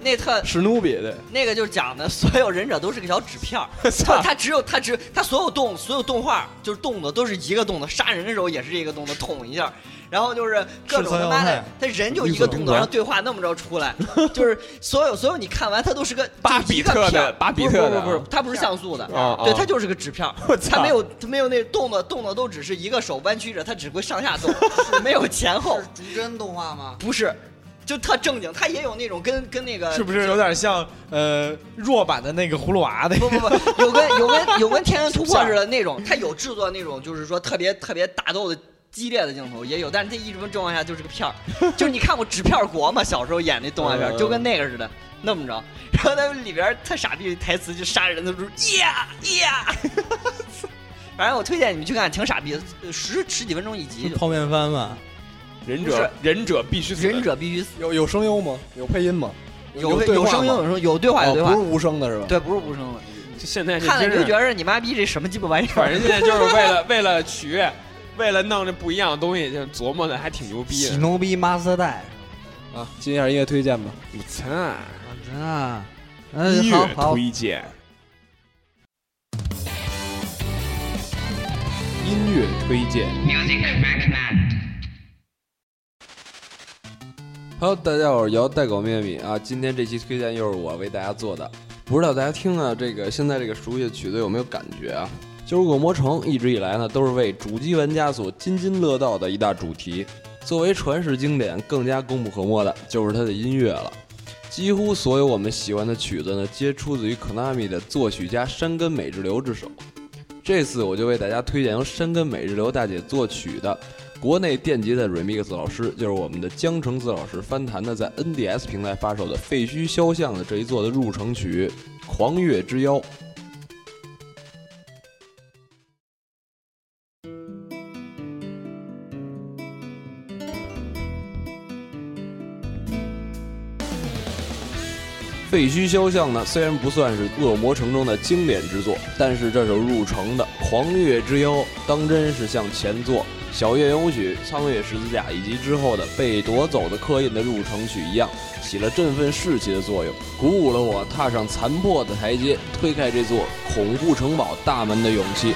D: 那特
A: 史努比的，
D: 那个就是讲的所有忍者都是个小纸片儿，他他只有他只他所有动所有动画就是动作都是一个动作，杀人的时候也是这个动作捅一下，然后就是各种
F: 赤
D: 他
F: 色
D: 妈
F: 要
D: 的
F: 害，
D: 他人就一个动作，
E: 啊
D: 然后对话那么着出来，就是所有所有你看完他都是个
E: 巴
D: 就是一
E: 比
D: 个
E: 特
D: 片
E: 的
D: 儿，
E: 巴比
D: 不是
E: 特
D: 不
E: 的
D: 是不是，他不是像素的，
E: 啊啊
D: 对，他就是个纸片儿， 他
E: 操
C: 啊
D: 没有他没有那动作动作都只是一个手弯曲着，他只会上下 动，没有前后，
B: 竹针动画吗？
D: 不是，就特正经，他也有那种跟跟那个
C: 是不是有点像呃弱版的那个葫芦娃 的？
D: 不不不，有跟有跟有跟《天元突破》似的那种，它有制作那种，就是说特别特别打斗的激烈的镜头也有，但是它一直正往下就是个 片儿，就是你看过《纸片国》吗？小时候演那动画片儿，就
C: 呃
D: 跟那个似的。那么着，然后他们里边儿特傻逼台词就杀人的时候，呀 呀，反正我推荐你们去看，挺傻逼的，呃十十几分钟一集就。
F: 泡面番嘛，
E: 忍
D: 不是
E: 者忍者必须 死，
D: 忍者必须死，
A: 有有声优吗？有配音吗？
D: 有
A: 对话
D: 有
A: 吗
D: 声音，有声有对话有
A: 哦
D: 对
A: 不
D: 话
A: 是，无声的是吧？
D: 对，不是无声的。
E: 这现在这
D: 看了
E: 真
D: 你就是觉得你妈逼这什么鸡巴玩意
E: 反
D: 儿？
E: 正现在就是为了 为了取悦，为了弄这不一样的东西，就琢磨的还挺牛逼
B: 喜
E: 的。
B: 牛逼马斯代，
A: 啊，今天音乐推荐吧。
E: 我操！
B: 啊，
E: 音
B: 嗯，好
E: 乐
B: 好，
E: 推荐，
A: 音乐推荐。
G: Hello，大家好，我是姚带狗面米啊。今天这期推荐又是我为大家做的，不知道大家听了这个现在这个熟悉的曲子有没有感觉啊？就是《恶魔城》一直以来呢，都是为主机玩家所津津乐道的一大主题。作为传世经典，更加功不可没的就是它的音乐了。几乎所有我们喜欢的曲子呢，皆出自于 Konami 的作曲家山根美智流之手。这次我就为大家推荐由山根美智流大姐作曲的国内电吉他 remix 老师，就是我们的江澄子老师翻弹的，在 NDS 平台发售的《废墟肖像》的这一作的入城曲《狂月之妖》。废墟肖像呢，虽然不算是恶魔城中的经典之作，但是这首入城的《狂月之妖》当真是向前作《小夜咏曲》《苍月十字架》以及之后的被夺走的刻印的入城曲一样，起了振奋士气的作用，鼓舞了我踏上残破的台阶，推开这座恐怖城堡大门的勇气。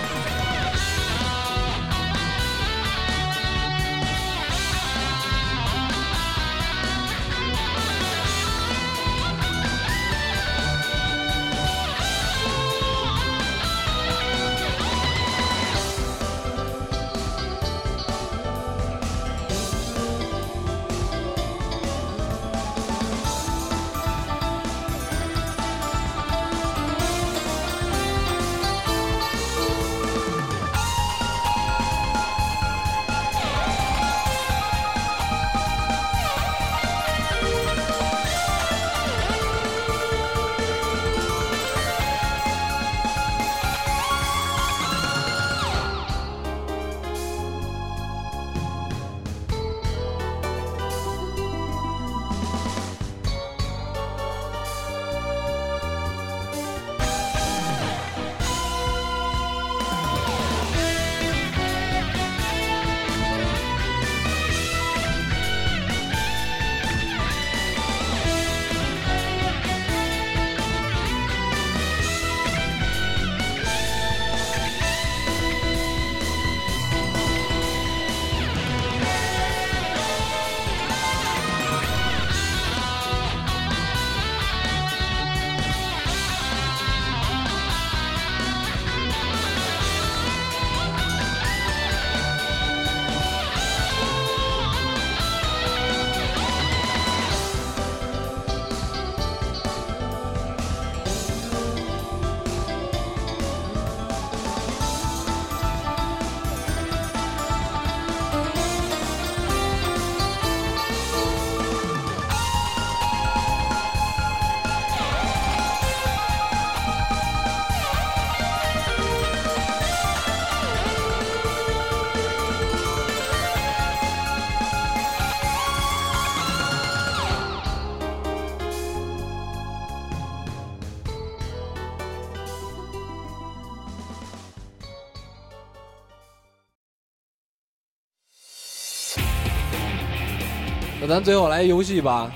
A: 那咱最后来一游戏吧，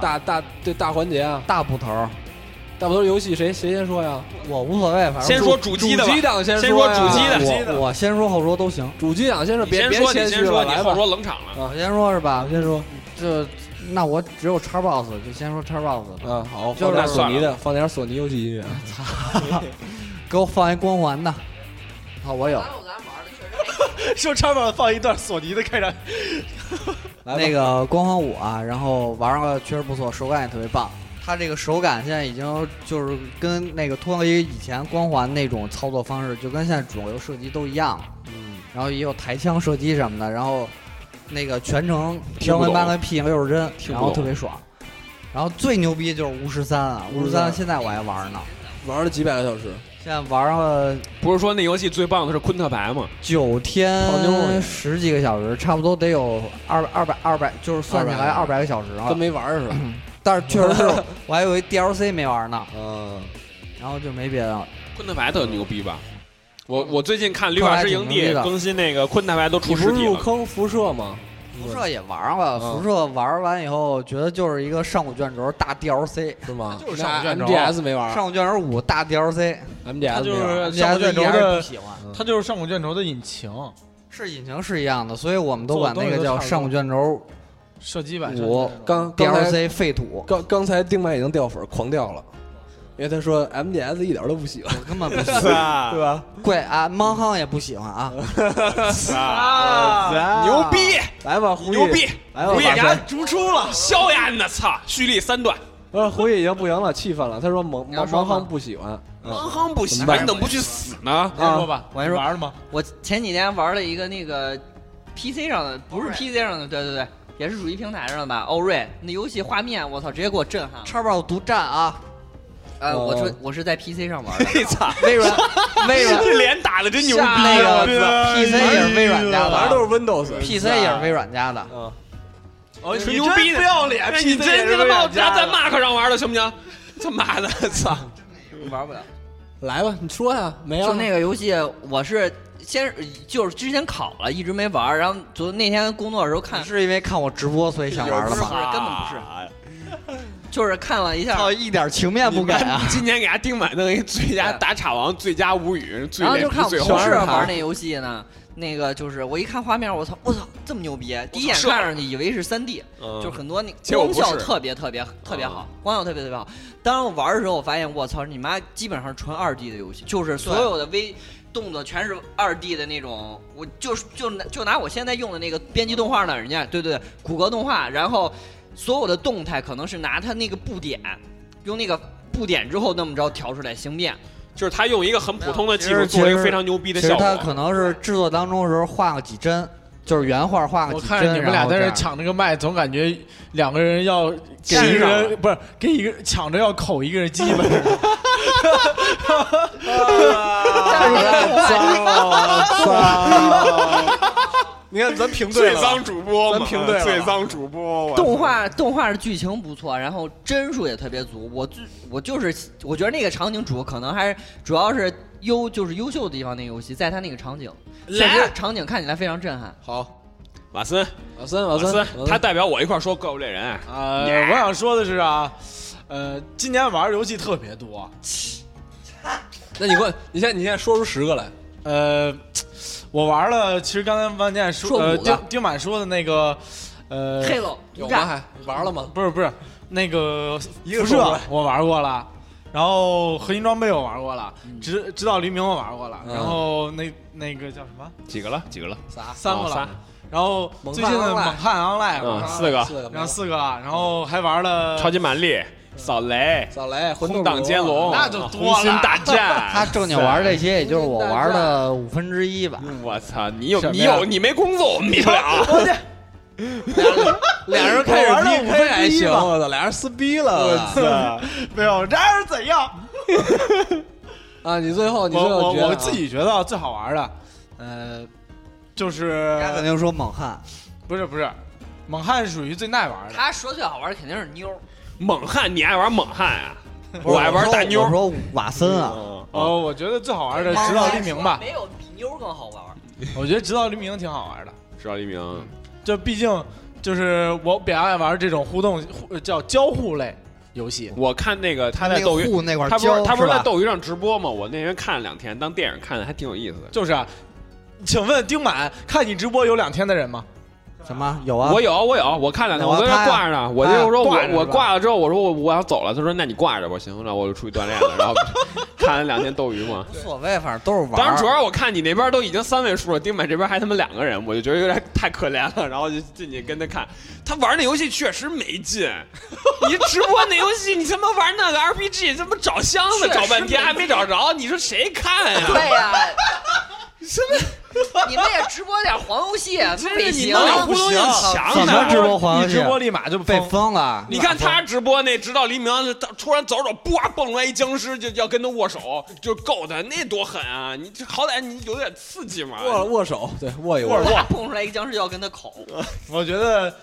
A: 大大对大环节啊，
B: 大部头儿，
A: 大部头游戏谁谁先说呀？
B: 我无所谓，反正
E: 先说主
A: 主
E: 机的吧，
A: 党先
E: 先
A: 说
E: 说主机的
A: 呀
B: 我我先说后说都行。
A: 主机党先说，
E: 你
A: 别
E: 先
A: 别
E: 说，你
A: 谦虚
E: 先说，
A: 了，
E: 你
A: 来
E: 后
A: 吧。
E: 说冷场了。
B: 我先说是吧？我啊先说，这那我只有叉 box，就先说叉 box，
A: 嗯，好，放
B: 就是
A: 点索
E: 算
A: 尼
E: 了
A: 的，放点索尼游戏音乐。
B: 给我放一光环的。好，我有
C: 说叉 box 放一段索尼的开场，
A: 来吧
B: 那个光环五啊，然后玩了确实不错，手感也特别棒。它这个手感现在已经就是跟那个脱离以前光环那种操作方式，就跟现在主流射击都一样了。
A: 嗯，
B: 然后也有抬枪射击什么的，然后那个全程
G: 听
B: 幺
G: 不
B: 零
G: 懂
B: 八零 P 六十帧，
G: 听
B: 然
G: 不懂
B: 后特别爽。然后最牛逼就是巫师三啊，巫师
A: 巫
B: 三
A: 师
B: 现在我还玩呢，
A: 玩了几百个小时，
B: 现在玩了
E: 不是说那游戏最棒的是昆特牌吗？
B: 九
A: 泡妞了
B: 天十几个小时，差不多得有二二百二百，就是算起来二百个小时啊
A: 跟。没玩儿似 的。
B: 但是 确实是我还有一 DLC 没玩 呢，
A: 嗯，
B: 然后就没别的了。
E: 昆特牌特牛逼吧？我我最近看《绿法师营
B: 昆特牌挺牛
E: 地
B: 逼》的
E: 更新那个昆特牌都
A: 你
E: 出
A: 不
E: 实
A: 是
E: 体
A: 入
E: 了，
A: 坑辐射吗？
B: 辐射也玩
A: 嗯
B: 了，辐射玩完以后觉得就是一个上古卷轴大 DLC，
A: 是吗？
C: 就是上古卷轴
A: MGS 没玩儿
B: 上古卷轴五大 DLC，
A: ，MGS
C: 它就
A: 没玩儿。
C: 是上古卷轴
B: 一点也不
C: 的，
B: 喜欢。
C: 它就是上古卷轴的引擎
B: 是引擎是一样的，所以我们都管
C: 做的
B: 那个
C: 东西
B: 叫
C: 都差不多
B: 上古卷轴
C: 射击版。
A: 我刚刚才
B: DLC 废土。
A: 刚刚才丁满已经掉粉儿，狂掉了。因为他说 MDS 一点都不喜欢，
B: 我根本不喜欢。
A: 对
G: 啊
A: 吧？
B: 怪啊，猫夯也不喜欢啊。
E: 啊！牛逼，
A: 来吧，胡毅，
E: 牛逼，
A: 来吧，
E: 胡毅
A: 大
E: 啊给
A: 神
E: 他逐出了，削呀你的操！蓄力三段，
A: 我说胡毅已经不行了，气愤了。他说蒙
D: 你要
A: 蒙
D: 说
A: 蒙
D: 吗
A: 康不喜欢，嗯
E: 汪亨不行，
A: 怎么办
E: 你怎么不去死呢？
C: 先
B: 啊
C: 说吧，
D: 我先说
C: 玩了吗？
D: 我前几天玩了一个那个 PC 上的，不是 PC 上的，对对对，也是主机平台上的吧？欧瑞那游戏画面，我操，直接给我震撼了。
B: 叉 box 独占啊，
D: 呃，
A: 哦
D: 我说我是在 PC 上玩的，
E: 这操，
B: 微软，微 软
E: 哎这脸打的真牛逼
D: 下
B: 那
E: 啊！
B: 个
C: 哎
B: PC 也是微软家
A: 玩的
B: 的
A: 都是 Windows，
B: ，PC 也是微软家的。
A: 嗯，
C: 哦，
E: 吹
C: 你
E: 牛逼
C: 真
E: 呢哎
C: 不要脸！
E: 你
C: PC 也
E: 真
C: 是
E: 你他妈
C: 为家
E: 在
C: 的
E: Mac 上玩的行不行？他妈的，操！
D: 玩不了。
A: 来吧，你说呀，没
D: 就
A: 了。
D: 那个游戏，我是先就是之前考了，一直没玩儿，然后昨那天工作的时候看，
B: 是因为看我直播所以想玩了
D: 不是
B: 吗？
D: 根本不
C: 啊
D: 是，
E: 啊
D: 就是看了一下，
B: 操，一点情面不给啊！
E: 今年给他盯满弄一最佳打岔王、最佳无语、最
D: 然后
E: 脸
D: 就
E: 皮
D: 看我
E: 最
D: 同
E: 厚。
D: 事
A: 全是他
D: 玩那游戏呢。那个就是我一看画面，我操，我操，这么牛逼！第一眼
E: 是
D: 看上去以为是三 D，
E: 嗯
D: 就是很多那
E: 结果
D: 光
E: 不是嗯
D: 效特别特别特别好，光效特别特别好。当我玩的时候，我发现我操，你妈基本上是纯二 D 的游戏，就是所有的微动作全是二 D 的那种。我就是就拿就拿我现在用的那个编辑动画呢，人家对对对，谷歌动画，然后所有的动态可能是拿它那个布点，用那个布点之后那么着调出来形变。
E: 就是他用一个很普通的技
B: 没
E: 术
B: 有其实
E: 做了一个非常牛逼的
B: 其实
E: 效
B: 他
E: 果。
B: 可能是制作当中的时候画个几帧，就是原画画个
C: 我
B: 几
C: 看着
B: 帧，
C: 你们
B: 然
C: 俩
B: 后
C: 在
B: 这
C: 这
B: 样。
C: 抢这个麦，总感觉两个人要给一个人不是给一个抢着要口一个人鸡巴似的。
A: 你看咱评对
E: 最
A: 了，
E: 脏主播嘛，
A: 咱评对了
E: 最脏主播，我
D: 动画动画的剧情不错，然后帧数也特别足。我最我就是我觉得那个场景主可能还是主要是优就是优秀的地方，那个游戏在它那个场景，确实场景看起来非常震撼。
A: 好，
E: 瓦森，
A: 老三老
E: 瓦
A: 三
E: 森，，
A: 老
E: 他
A: 三
E: 代表我一块儿说《怪物猎人》。啊
C: 呃，我想说的是啊，呃，今年玩儿游戏特别多，
A: 那你快，你先你先说出十个来，
C: 呃，我玩了，其实刚才万健说
A: 说
C: 呃
A: 五个
C: 丁丁满说的那个呃，
D: Halo
A: 有吗？
D: 独占，
A: 还玩了吗？
C: 不是不是那个
A: 一个
C: 辐
A: 说不
C: 射
A: 来
C: 我玩过了，然后核心装备我玩过了，直直到黎明我玩过了，
A: 嗯
C: 然后那那个叫什么
E: 几个了？几个了？
A: 仨，
C: 三个
E: 哦仨
C: 了，然后
A: 猛
C: 最
A: 汉
C: 近的
A: online
C: 猛汉 online
E: 嗯
C: 我玩，了
E: 四个。
A: 四个没
C: 然
A: 了
C: 后，四个了，然后还玩了
E: 超级玛丽、扫雷、
A: 扫雷、魂
E: 空
A: 斗
E: 挡
A: 罗
E: 接
B: 啊
E: 龙、啊
C: 那就多
E: 红
C: 了
E: 心大 战。
B: 他正经玩这些，也就是我玩的五分之一吧。
E: 我操！你有
C: 什么
E: 你
C: 呀
E: 有你没工作，我们比不 了。
A: 俩人开始 PK 还行，我操，俩人撕逼 了
C: 没有，这是怎样？
A: 啊！你最后你
C: 我
A: 最
C: 我
A: 后觉得
C: 我
A: 啊
C: 自己觉得最好玩的，呃，就是
B: 他肯定说猛汉，
C: 不是不是，猛汉属于最耐玩的。
D: 他说最好玩肯定是妞儿，
E: 猛汉，你爱玩猛汉啊？
B: 不是
E: 爱玩
B: 说
E: 大妞
B: 我。说瓦森啊，
E: 嗯
C: 呃，我觉得最好玩的《直到黎明》吧，
D: 没有比妞儿更好玩。
C: 我觉得《直到黎明》挺好玩的。
E: 知道黎明，
C: 这毕竟就是我比较爱玩这种互动，互叫交互类游戏。
E: 我看嗯那个他
B: 那
E: 在
B: 个
E: 斗鱼，
B: 户那块儿
E: 他不
B: 教
E: 是他不是
B: 吧
E: 在斗鱼上直播吗？我那天看了两天，当电影看的，还挺有意思的。
C: 就是啊，请问丁满看你直播有两天的人吗？
B: 什么有啊？
E: 我有我有，我看两天，
B: 那
E: 我
B: 我
E: 在
B: 拍哎
E: 那
B: 啊
E: 挂着呢。我
C: 拍啊
E: 就说
C: 挂着
E: 我
C: 是吧
E: 我挂了之后，我说我我要走了。他说那你挂着吧，行，那我就出去锻炼了。然后看了两天斗鱼嘛。
B: 无所谓，反正都是玩儿。
E: 当然，主要我看你那边都已经三位数了，丁满这边还他妈两个人，我就觉得有点太可怜了。然后就进去跟他看，他玩那游戏确实没劲。你直播那游戏，你他妈玩那个 RPG，他妈找箱子
D: 确实
E: 找半天
D: 没
E: 还没找着，你说谁看呀、
D: 对呀、什 么？你们也直播点黄游戏，
E: 真
D: 北
E: 是你
D: 行啊
E: 能有互动性强
B: 怎么
E: 的。
B: 直播黄
A: 啊
C: 你
B: 游戏
C: 直播立马就
B: 被
C: 被封。
B: 封了。
E: 你看他直播那，直到黎明，突然走着走，叭蹦出来一僵尸，就要跟他握手，就够他，那多狠啊！你这好歹你有点刺激嘛。
A: 啊握握手，对，握一握。
D: 啪蹦出来一个僵尸就要跟他口，
C: 我觉得《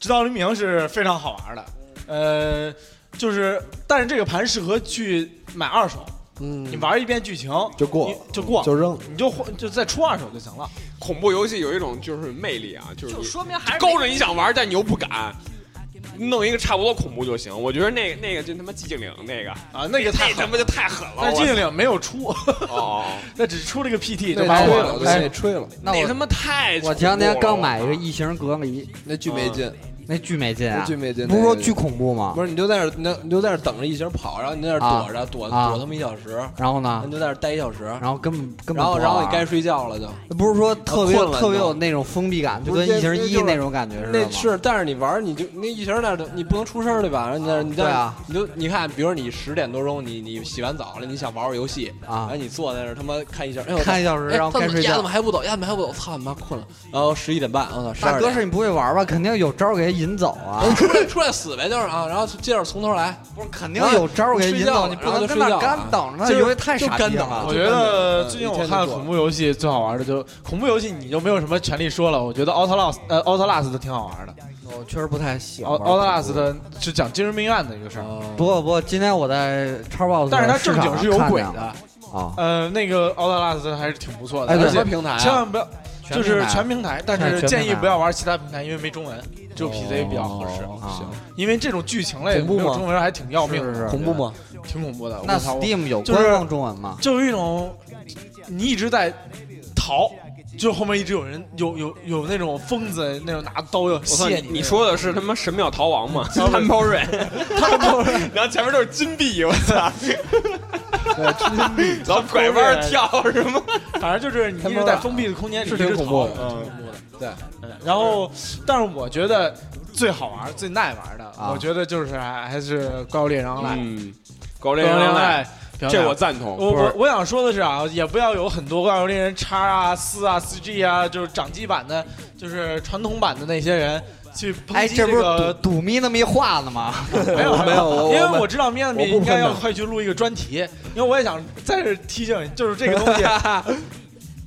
C: 直到黎明》是非常好玩的。
A: 嗯
C: 呃，就是，但是这个盘适合去买二手，
A: 嗯，
C: 你玩一遍剧情
A: 就过了
C: 你就过，
A: 就扔，
C: 你就换就再出二手就行了。
E: 恐怖游戏有一种就是魅力啊，就是
D: 就
E: 你
D: 说明还是
E: 勾着你想玩，但你又不敢，弄一个差不多恐怖就行。我觉得那那个就他妈寂静岭那个，
C: 啊，那个太
E: 那
C: 狠
E: 他
C: 了
E: 妈就太狠了。
C: 但
E: 我
C: 是寂静岭没有出，
E: 哦 哦，
C: 那只出了个 PT 就
A: 那
C: 把
A: 吹
C: 我
A: 了，哎
C: 了。
A: 对那吹了，
B: 那
E: 那
B: 我
E: 他妈太
B: 我前两天
E: 恐怖了
B: 刚买一个异形隔离，
A: 那巨没劲。
B: 那巨没劲啊！
A: 巨没劲，
B: 不是说
A: 那个
B: 巨恐怖吗
A: 不？是，你就在那儿，你就你就在那儿等着一行跑，然后你在那儿
B: 啊
A: 躲着，躲
B: 啊
A: 躲他们一小时，
B: 然后呢
A: 你？就在那儿待一小时，
B: 然后根本根本
A: 然后
B: 不好
A: 然
C: 啊
A: 后你
B: 玩
A: 该睡觉了就。
B: 不是说特别
A: 困了
B: 特别
A: 你都
B: 有那种封闭感，就
A: 不是
B: 跟异形
A: 这
B: 一
A: 就是
B: 那种感觉似的
A: 那
B: 吗？
A: 是，但是你玩儿你就那一行那儿的，你不能出声儿对吧？然后你在那儿你在那儿
B: 对啊
A: 你就你看，比如你十点多钟，你你洗完澡了，你想玩玩游戏，然
B: 啊
A: 后，你坐在那儿他妈看一小时，哎呦
B: 看一小时，
A: 哎
B: 然后
A: 他
B: 该
A: 怎么
B: 睡
A: 丫
B: 觉
A: 怎么。还不走？丫怎么还不走？操你妈困了！然后十一点半，我操，十
B: 大
A: 二
B: 哥
A: 点。
B: 是你不会玩吧？肯定有招儿给他引走啊！
A: 出来出来死呗，就是啊，然后接着从头来。
B: 不是，肯定有招儿给他引走，你不能跟那儿干等着，
A: 就
B: 因为太傻逼
A: 就干等
B: 了
A: 啊
C: 我
A: 就。
C: 觉得
A: 嗯
C: 最近
A: 一
C: 我
A: 天就
C: 看
A: 做
C: 恐怖游戏最好玩的就恐怖游戏，你就没有什么权利说了。我觉得 Outlast 呃 Outlast 都挺好玩的
B: 我确实不太喜欢玩恐怖。
C: ，Outlast 的是讲精神病院的一个事儿，
A: 嗯
B: 不过不过，今天我在叉 box，
C: 但是它正经是有鬼的。
B: 啊。
C: 呃，那个 Outlast 还是挺不错的，
B: 哎对
C: 而
A: 什么
C: 且
A: 平台啊？
C: 千万不要
B: 全
C: 就
B: 平
C: 是
B: 台
C: 全平台，但
B: 现在
C: 是
B: 全
C: 建
B: 平
C: 议
B: 台
C: 不要玩其他平台，因为没中文，只有 PC 比较合适。因为这种剧情类的
A: 恐怖
C: 没
A: 吗
C: 有中文还挺要命
B: 是是是
C: 的，
A: 恐怖吗？
C: 挺恐怖的。
B: 那
C: 我操，
B: Steam 有
C: 就是
B: 官方中文吗？
C: 就有一种你一直在逃，就后面一直有人有有有那种疯子那种拿刀要
E: 我操，
C: 卸
E: 你你说的是他妈神庙逃亡吗？
C: 嗯
E: 摊包瑞，摊包瑞， 然后前面都是金币，我操， 老拐弯跳什么？
C: 反正就是你一直在封闭的空间里
A: 是
C: 一
A: 挺
C: 直
A: 恐怖
C: 逃，
A: 的
C: 挺恐怖的。对，然后但是我觉得最好玩、最耐玩的，
B: 啊
C: 我觉得就是还还是《怪物猎人 online》。
E: 嗯，狗
C: 《
E: 链上赖，
C: online》比较耐玩，
E: 这我赞同。
C: 我我我想说的是啊，也不要有很多怪物猎人叉啊、四啊、四 G 啊，就是掌机版的，就是传统版的那些人去抨
B: 哎，
C: 击
B: 这不是
C: 个
B: 赌。赌咪那么一话呢吗？
C: 没有
A: 没有我我
C: 因为我知道面子
A: 我不
C: 应该
A: 喷的
C: 要快去录一个专题，因为我也想在这提醒你，就是这个东西。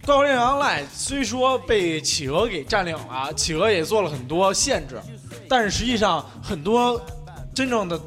C: 怪物猎人 online 虽说被企鹅给占领了，企鹅也做了很多限制，但是实际上很多真正的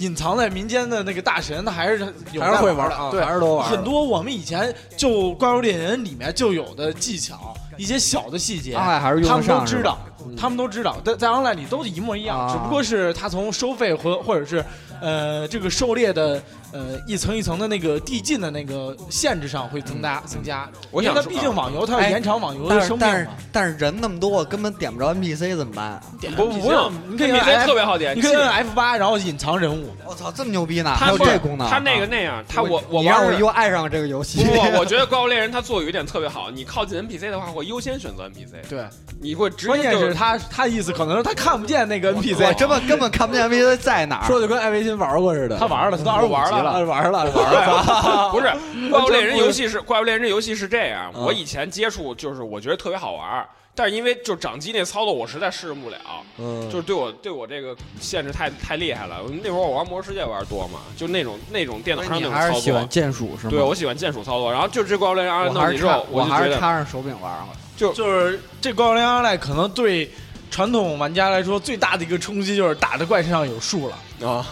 C: 隐藏在民间的那个大神，他还是有
A: 还是会
C: 在
A: 玩
C: 的
A: 啊，
C: 对，
A: 还是都玩。
C: 很多我们以前就《怪物猎人》里面就有的技巧，一些小的细节，
A: 哎
B: 当然还是
C: 他
B: 用得
C: 们都
B: 上
C: 知
B: 是吧？嗯
C: 道，他们都知道，在在 online 里都一模一样，
B: 啊
C: 只不过是他从收费和或者是呃这个狩猎的呃一层一层的那个递进的那个限制上会增大增加。
E: 我
C: 因
E: 想
C: 为
E: 说
C: 它毕竟网游，它
B: 嗯哎
C: 要延长网游
B: 但
C: 的
B: 是
C: 生命
B: 但是
C: 嘛。
B: 但是人那么多，我根本点不着 NPC 怎么办？啊
E: 不不用，
C: 你可
E: 这
C: 以用
E: 比赛
C: F，
E: 特别好点，
C: 你可以用 F 八，然后隐藏人物。
B: 我操，这么牛逼呢？还
E: 他
B: 有
E: 不
B: 这功能？
E: 他那个那样，他我我
B: 你让
E: 玩
B: 我
E: 儿是
B: 又爱上了这个游戏
E: 不。 不，不我觉得《怪物猎人》它做有一点特别好，你靠近 NPC 的话，会优先选择 NPC，
C: 对，
E: 你会直
C: 关
E: 接
C: 键
E: 就是
C: 他他意思可能是他看不见那个 NPC，
B: 我根本根本看不见 NPC 在哪儿。
A: 说的跟艾维新玩过似的。
C: 他玩了，他都嗯二十五
E: 玩
C: 级
E: 了
A: 啊玩了，玩了。
E: 了，不是《怪物猎人
A: 不》
E: 游戏是《怪物猎人》游戏是这样，
A: 嗯
E: 我以前接触就是我觉得特别好玩儿，但是因为就掌机那操作我实在适应不了，
A: 嗯，
E: 就是对我对我这个限制太太厉害了。那会儿我玩《魔兽世界》玩儿多嘛，就那种那种电脑上
B: 你
E: 那
B: 还
E: 种
B: 是
E: 操
B: 喜欢
E: 作。
B: 键鼠是吗？
E: 对，我喜欢键鼠操作，然后就这《怪物猎人》
B: 我
E: 弄
B: 还
E: 你
B: 是
E: 之
B: 插
E: 后，，
B: 我
E: 就
B: 还
E: 觉
B: 是
E: 得
B: 插上手柄玩儿。
C: 就是这《怪物猎人 online》可能对传统玩家来说最大的一个冲击就是打的怪身上有数了。
E: 啊，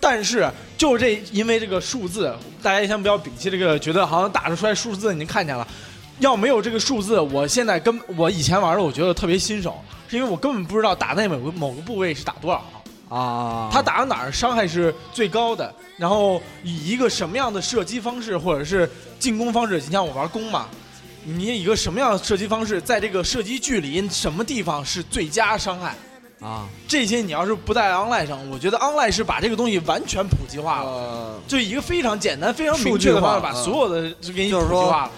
C: 但是就这，因为这个数字，大家先不要摒弃这个，觉得好像打得出来数字，您看见了。要没有这个数字，我现在根我以前玩的，我觉得特别新手，是因为我根本不知道打那某个某个部位是打多少，
B: 啊，
C: 他打到哪儿伤害是最高的，然后以一个什么样的射击方式或者是进攻方式，你像我玩弓嘛，你以一个什么样的射击方式，在这个射击距离什么地方是最佳伤害，
B: 啊，
C: 这些你要是不在 online 上，我觉得 online 是把这个东西完全普及化了，
A: 呃
C: 就以一个非常简单、非常明确的方式把所有的就给你普及化了。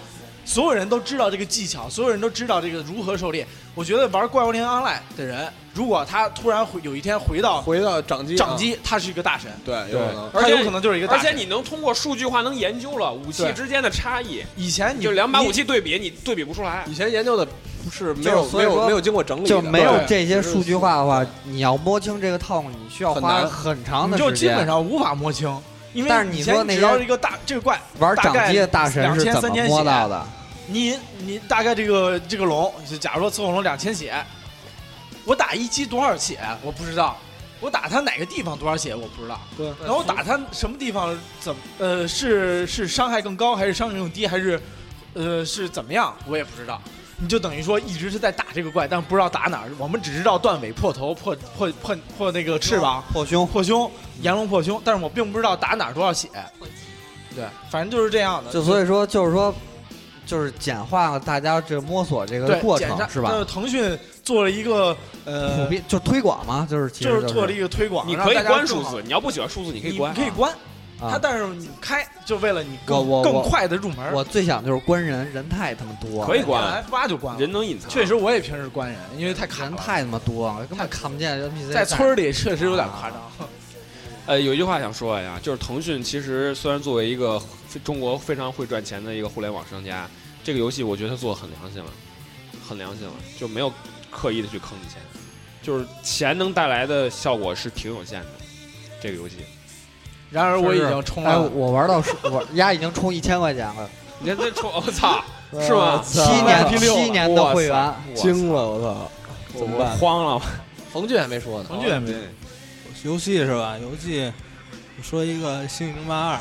C: 所有人都知道这个技巧，所有人都知道这个如何狩猎。我觉得玩《怪物猎人 Online》的人，如果他突然回有一天回到
A: 回到掌机，啊
B: 嗯
C: 掌，机，他是一个大神。
A: 对，有可能。
E: 而
C: 他
E: 且
C: 有可能就是一个大
E: 而
C: 神。
E: 且你能通过数据化能研究了武器
C: 对
E: 之间的差异，
C: 以前你
E: 就两把武
C: 器，
E: 器对比，你对比不出来。
A: 以前研究的不是没
B: 就
A: 有
B: 是所
A: 没
B: 以
A: 有
B: 说
A: 没有经过整理的，
B: 就没有
C: 对
B: 这些数据化的话，你要摸清这个套路，你需要
A: 很
B: 花
A: 难
B: 很长
C: 你
B: 的
C: 就
B: 时
C: 基本
B: 间。
C: 上无法摸清，因为
B: 但是
C: 以
B: 你
C: 前
B: 说
C: 你
B: 那
C: 只要
B: 些
C: 一个大这个怪，
B: 玩
C: 大概
B: 掌机的大神是
C: 2000
B: 怎么摸到的？
C: 你你大概这个这个龙，就假如说刺火龙两千血，我打一击多少血我不知道，我打它哪个地方多少血我不知道，
A: 对
C: 然后我打它什么地方怎么呃是是伤害更高还是伤害更低还是呃是怎么样我也不知道。你就等于说一直是在打这个怪，但不知道打哪儿。我们只知道断尾、破头、破破破破那个翅膀、
B: 破胸
C: 破胸、炎龙破胸，但是我并不知道打哪儿多少血。对，反正就是这样的。
B: 就所以说，就是说，就是简化了大家这摸索这个
C: 对，
B: 过
C: 简
B: 程
C: 单
B: 是吧
C: 就是？腾讯做了一个
B: 普
C: 呃，
B: 遍就推广嘛，就是其实
C: 就是
B: 是
C: 做了一个推广，
E: 你
C: 让
E: 可以
C: 大家
E: 关
C: 更
E: 数
C: 好
E: 字，你要不喜欢数字，你可以
C: 你
E: 关。
C: 可以关。它
B: 啊。
C: 但是你开，就为了你更
B: 我我
C: 更
B: 我
C: 快的入门。
B: 我最想就是关人，人太他妈多了，
E: 可以关
C: 本来 F 哎八就关了
E: 啊人。能隐藏，
C: 确实，我也平时关人，因为太卡
B: 人
C: 了。
B: 太他妈多了，根本看不见 NPC
C: 在村儿
B: 里
C: 里确实有点夸张。
E: 呃，有一句话想说呀，就是腾讯其实虽然作为一个中国非常会赚钱的一个互联网商家，这个游戏我觉得它做的很良心了，很良心了，就没有刻意的去坑你钱，就是钱能带来的效果是挺有限的。这个游戏，
C: 然而我已
B: 是
C: 经啊充
B: 哎，
C: 了，
B: 我玩到是，我丫已经充一千块钱了，
E: 你看这充， 我、操，是吗？
B: 七年七年的会员，
A: 惊了，我操！
E: 我
A: 怎么
E: 我
A: 办？
E: 慌了，
A: 冯俊还没说呢，
C: 腾讯也没有。
F: 游戏是吧？游戏，我说一个《星际争霸二》，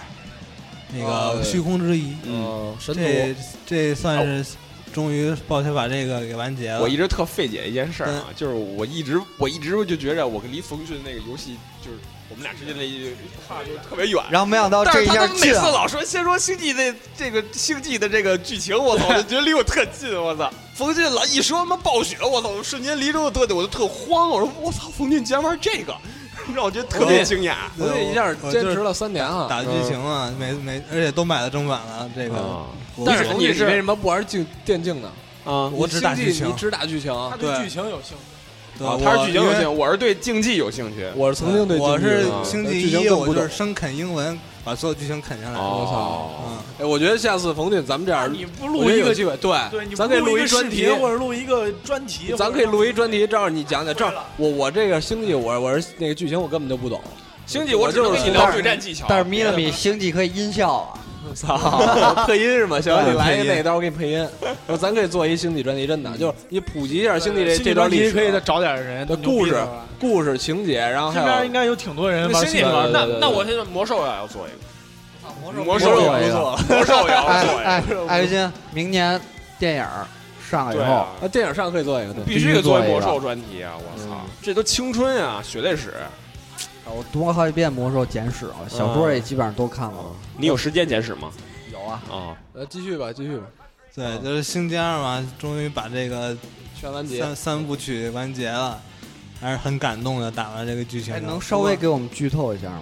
F: 那个
A: 哦
F: 《虚空之遗》，
A: 嗯，神
F: 这
A: 毒
F: 这算是终于暴雪把这个给完结了。
E: 我一直特费解一件事儿啊，就是我一直我一直就觉着我跟离腾讯那个游戏就是我们俩之间的一话就特别远。
B: 然后没想到
E: 但
B: 这
E: 是
B: 一
E: 他
B: 下
E: 们每
B: 进
E: 次
B: 了，
E: 老说先说星际的这个星际的这个剧情，我操，我就觉得离我特近，我操！冯俊老一说他妈暴雪，我操，我瞬间离着我特近，我就特慌，我说我操，冯俊竟然玩这个，让我觉得特别惊讶。
A: 我这一下坚持了三年啊，
F: 打剧情嘛，每每而且都买了正版了。这
E: 哦
F: 个，嗯我
A: 但是
E: 冯
A: 冯
E: 俊
A: 俊
E: 你
A: 你
E: 啊是
A: 为什么不玩竞电竞呢？
E: 啊
F: 我只打
A: 你
F: 剧
A: 星际
F: 情
A: 你只打剧情。
C: 他
F: 对
C: 对剧情有兴趣，
F: 对
E: 啊他是
F: 我
E: 剧情有
F: 因
E: 兴
F: 为
E: 趣，我是对竞技有兴趣。
A: 我是曾经对
F: 我
A: 竞技
F: 是
A: 的呃
F: 星
A: 剧
F: 际
A: 情
F: 一，
A: 更
F: 我
A: 不
F: 就
A: 懂
F: 是。生啃英文，把所有剧情啃下来。
E: 哦，
F: 嗯，
A: 哎，我觉得下次冯俊咱们这样，
C: 你不
A: 我
C: 录
A: 觉得
C: 一
A: 有
C: 个
A: 机会，对，
C: 对，你
A: 咱可以
C: 不录
A: 一
C: 个
A: 专
C: 视
A: 题
C: 频，或者录一个专题，
A: 咱可以录一专题，正好你讲讲。正好我我这个星际，我我是那个剧情我根本就不懂。
E: 星际我只能跟你聊对战技巧，
B: 但是咪了咪星际可以音效啊，
A: 操，配音是吗？行，
F: 对
A: 你来一
F: 配音
A: 那刀，我给你配音。我咱可以做一星际专题，真的，就是你普及一下星际这
C: 星际
A: 这段
C: 专
A: 历史
C: 题
A: 啊
C: 可以再找点人
A: 的
C: 牛
A: 故
C: 逼
A: 事
C: 的哎吧、
A: 故事情节，然后
C: 这啊边
A: 还
C: 应
A: 有
C: 该有挺多人
E: 那
C: 玩
E: 星际
C: 际
A: 玩
E: 那
A: 对对对
E: 那我现在魔兽也要做一个，魔
A: 兽
E: 也
A: 也
C: 啊
E: 要
A: 不
B: 也
A: 错。
E: 魔兽也要
B: 哎
E: 做一个，
B: 哎，艾维金，明年电影儿上了以
E: 对
B: 后
E: 啊，。
A: 啊，电影上可以做一个，对，
E: 必须得做一魔兽专题啊！我操，这都青春啊，血泪史。
B: 我读了好几遍《魔兽简史》啊，小说也基本上都看了。
E: 你有时间简史吗？
B: 有啊，
E: 啊，
A: 呃，继续吧，继续吧，
F: 对，就是《星际二》嘛，终于把这个
A: 全完结。
F: 三三部曲完结了，还是很感动的。打完这个剧情
B: 哎，
F: 的，
B: 能稍微给我们剧透一下吗？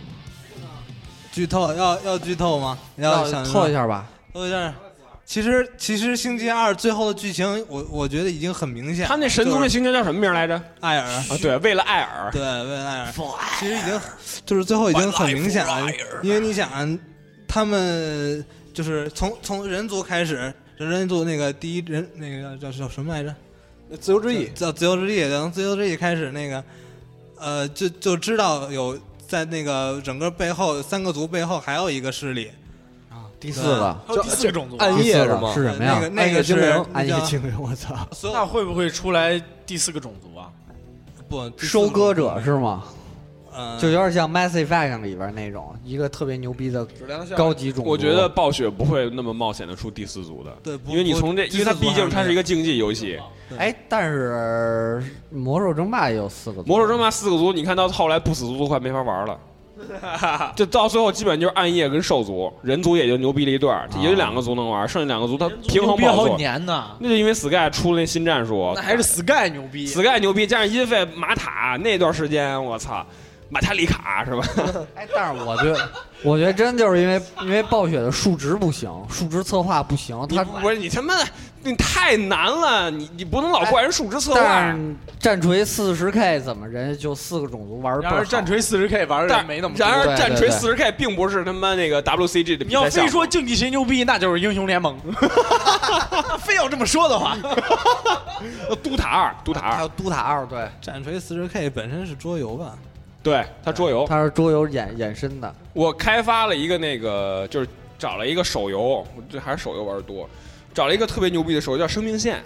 F: 剧透要要剧透吗？要想
B: 透一下吧。
F: 透一下。其实其实《星际二》最后的剧情，我我觉得已经很明显了。
E: 他那神族
F: 就
E: 那
F: 是
E: 星球叫什么名来着？
F: 艾尔，
E: 啊，对，为了艾尔，
F: 对，为了艾尔，其实已经就是最后已经很明显了，因为你想啊，他们就是从从人族开始，人族那个第一人那个叫叫什么来着？
A: 自由之翼，
F: 叫自由之翼，从自由之翼开始，那个，呃，就就知道有在那个整个背后三个族背后还有一个势力，
B: 啊，第四个，
C: 还有第四个种族啊，
A: 暗
B: 第
A: 夜
B: 四
A: 是
B: 个
A: 吗？
B: 是什么呀
F: 那个？那个
B: 暗夜精
F: 是
B: 灵，暗
F: 那
B: 夜
F: 叫
B: 精灵，我操！
F: 所
C: 那
F: 有
C: 会不会出来第四个种族啊？
F: 不
B: 收割者，是吗？
F: 嗯，
B: 就有点像《Mass Effect》里边那种一个特别牛逼的
A: 质量下
B: 高级种族。
E: 我觉得暴雪不会那么冒险的出第四组的，
F: 对，不
E: 因为你从这，
F: 不
E: 因为它毕竟它是一个竞技游戏，
B: 哎，但是《魔兽争霸》也有四个，
E: 魔兽争霸四个族，你看到后来不死族都快没法玩了，就到最后基本就是暗夜跟兽族，人族也就牛逼了一段儿，也就两个族能玩，剩下两个族它平衡不
C: 牛逼
E: 好
C: 好几
E: 做，
C: 年呢，
E: 那就因为 Sky 出了那新战术，
C: 那还是 Sky 牛逼。
E: Sky 牛逼，加上音费马塔那段时间，我操，马塔里卡是吧？
B: 哎，但是我觉得， 我觉得真就是因为因为暴雪的数值不行，数值策划不行，
E: 你
B: 他
E: 不是你他妈的，你太难了，你你不能老怪人数值策划。
B: 但是战锤四十 K 怎么人家就四个种族玩儿倍
C: 然
B: 儿好
C: 而战锤四十 K 玩的
E: 但
C: 人没那么多。
E: 然而
B: 对对
E: 战锤
B: 对
E: 四十 K 并不是他妈那个 WCG 的比
C: 你要
E: 赛项
C: 非
E: 目
C: 说竞技谁牛逼，那就是英雄 联盟。非要这么说的话，
E: 呃都塔二，都塔
B: 还
E: 二，
B: 有都塔二，对，
F: 战锤四十 K 本身是桌游吧，
E: 对它桌游，
B: 它是桌游衍衍生的，
E: 我开发了一个那个，就是找了一个手游，我这还是手游玩的多，找了一个特别牛逼的手游叫生命线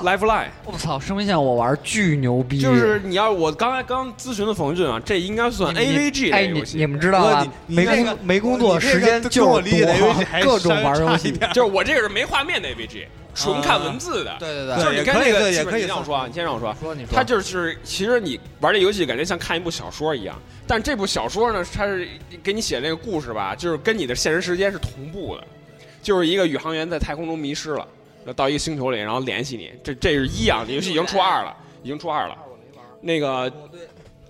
E: ，Lifeline。
B: 我操，生命线我玩儿巨牛逼，
E: 就是你要我刚才刚咨询的冯俊啊，这应该算
B: 你
E: AVG
B: 哎，
E: 类
B: 你
E: 游戏。
B: 你们 知道吧
F: 不？你
B: 没
F: 你这
B: 工
F: 个
B: 没工作
F: 你这个
B: 时间
F: 跟
B: 就
F: 我
B: 是
F: 理解的游戏还
B: 多，各种玩儿游
F: 差一
B: 戏。
F: 点
E: 就是我这个是没画面的 AVG，纯看文字的。
B: 啊对对对，
E: 就是
F: 对
E: 你
F: 也
E: 看
F: 可
E: 那
F: 以
E: 个
F: 对
E: 基
F: 也
E: 本
F: 可以嗯
E: 你让我说啊，你先让我说。
B: 说你说
E: 它就是，其实你玩这游戏感觉像看一部小说一样，但是这部小说呢，它是给你写那个故事吧，就是跟你的现实时间是同步的，就是一个宇航员在太空中迷失了，那到一个星球里，然后联系你，这这是一啊，你已经初二了，已经初二了。那个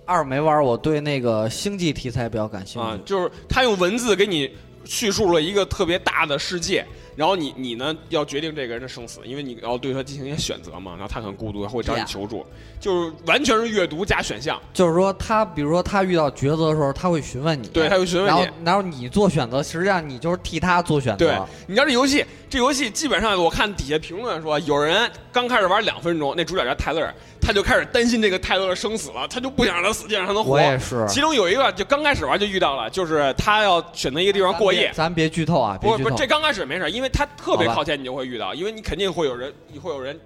B: 二没玩儿，我对那个星际题材比较感兴
E: 啊
B: 趣，。
E: 就是他用文字给你叙述了一个特别大的世界，然后你你呢要决定这个人的生死，因为你要对他进行一些选择嘛。然后他很孤独，他会找你
D: 对啊
E: 求助，就是完全是阅读加选项。
B: 就是说他，比如说他遇到抉择的时候，他会询问你，
E: 对，他会询问
B: 然后
E: 你。
B: 然后你做选择，实际上你就是替他做选择。
E: 对，你知道这游戏，这游戏基本上我看底下评论说，有人刚开始玩两分钟，那主角叫泰勒尔，他就开始担心这个泰勒尔生死了，他就不想让他死，就让他能活
B: 我。也是。
E: 其中有一个就刚开始玩就遇到了，就是他要选择一个地方过夜，
B: 咱别剧透啊，别
E: 不
B: 剧
E: 是
B: 透。
E: 不是，这刚开始没事，因为他特别
B: 好吧
E: 靠前，你就会遇到，因为你肯定会有人，会有人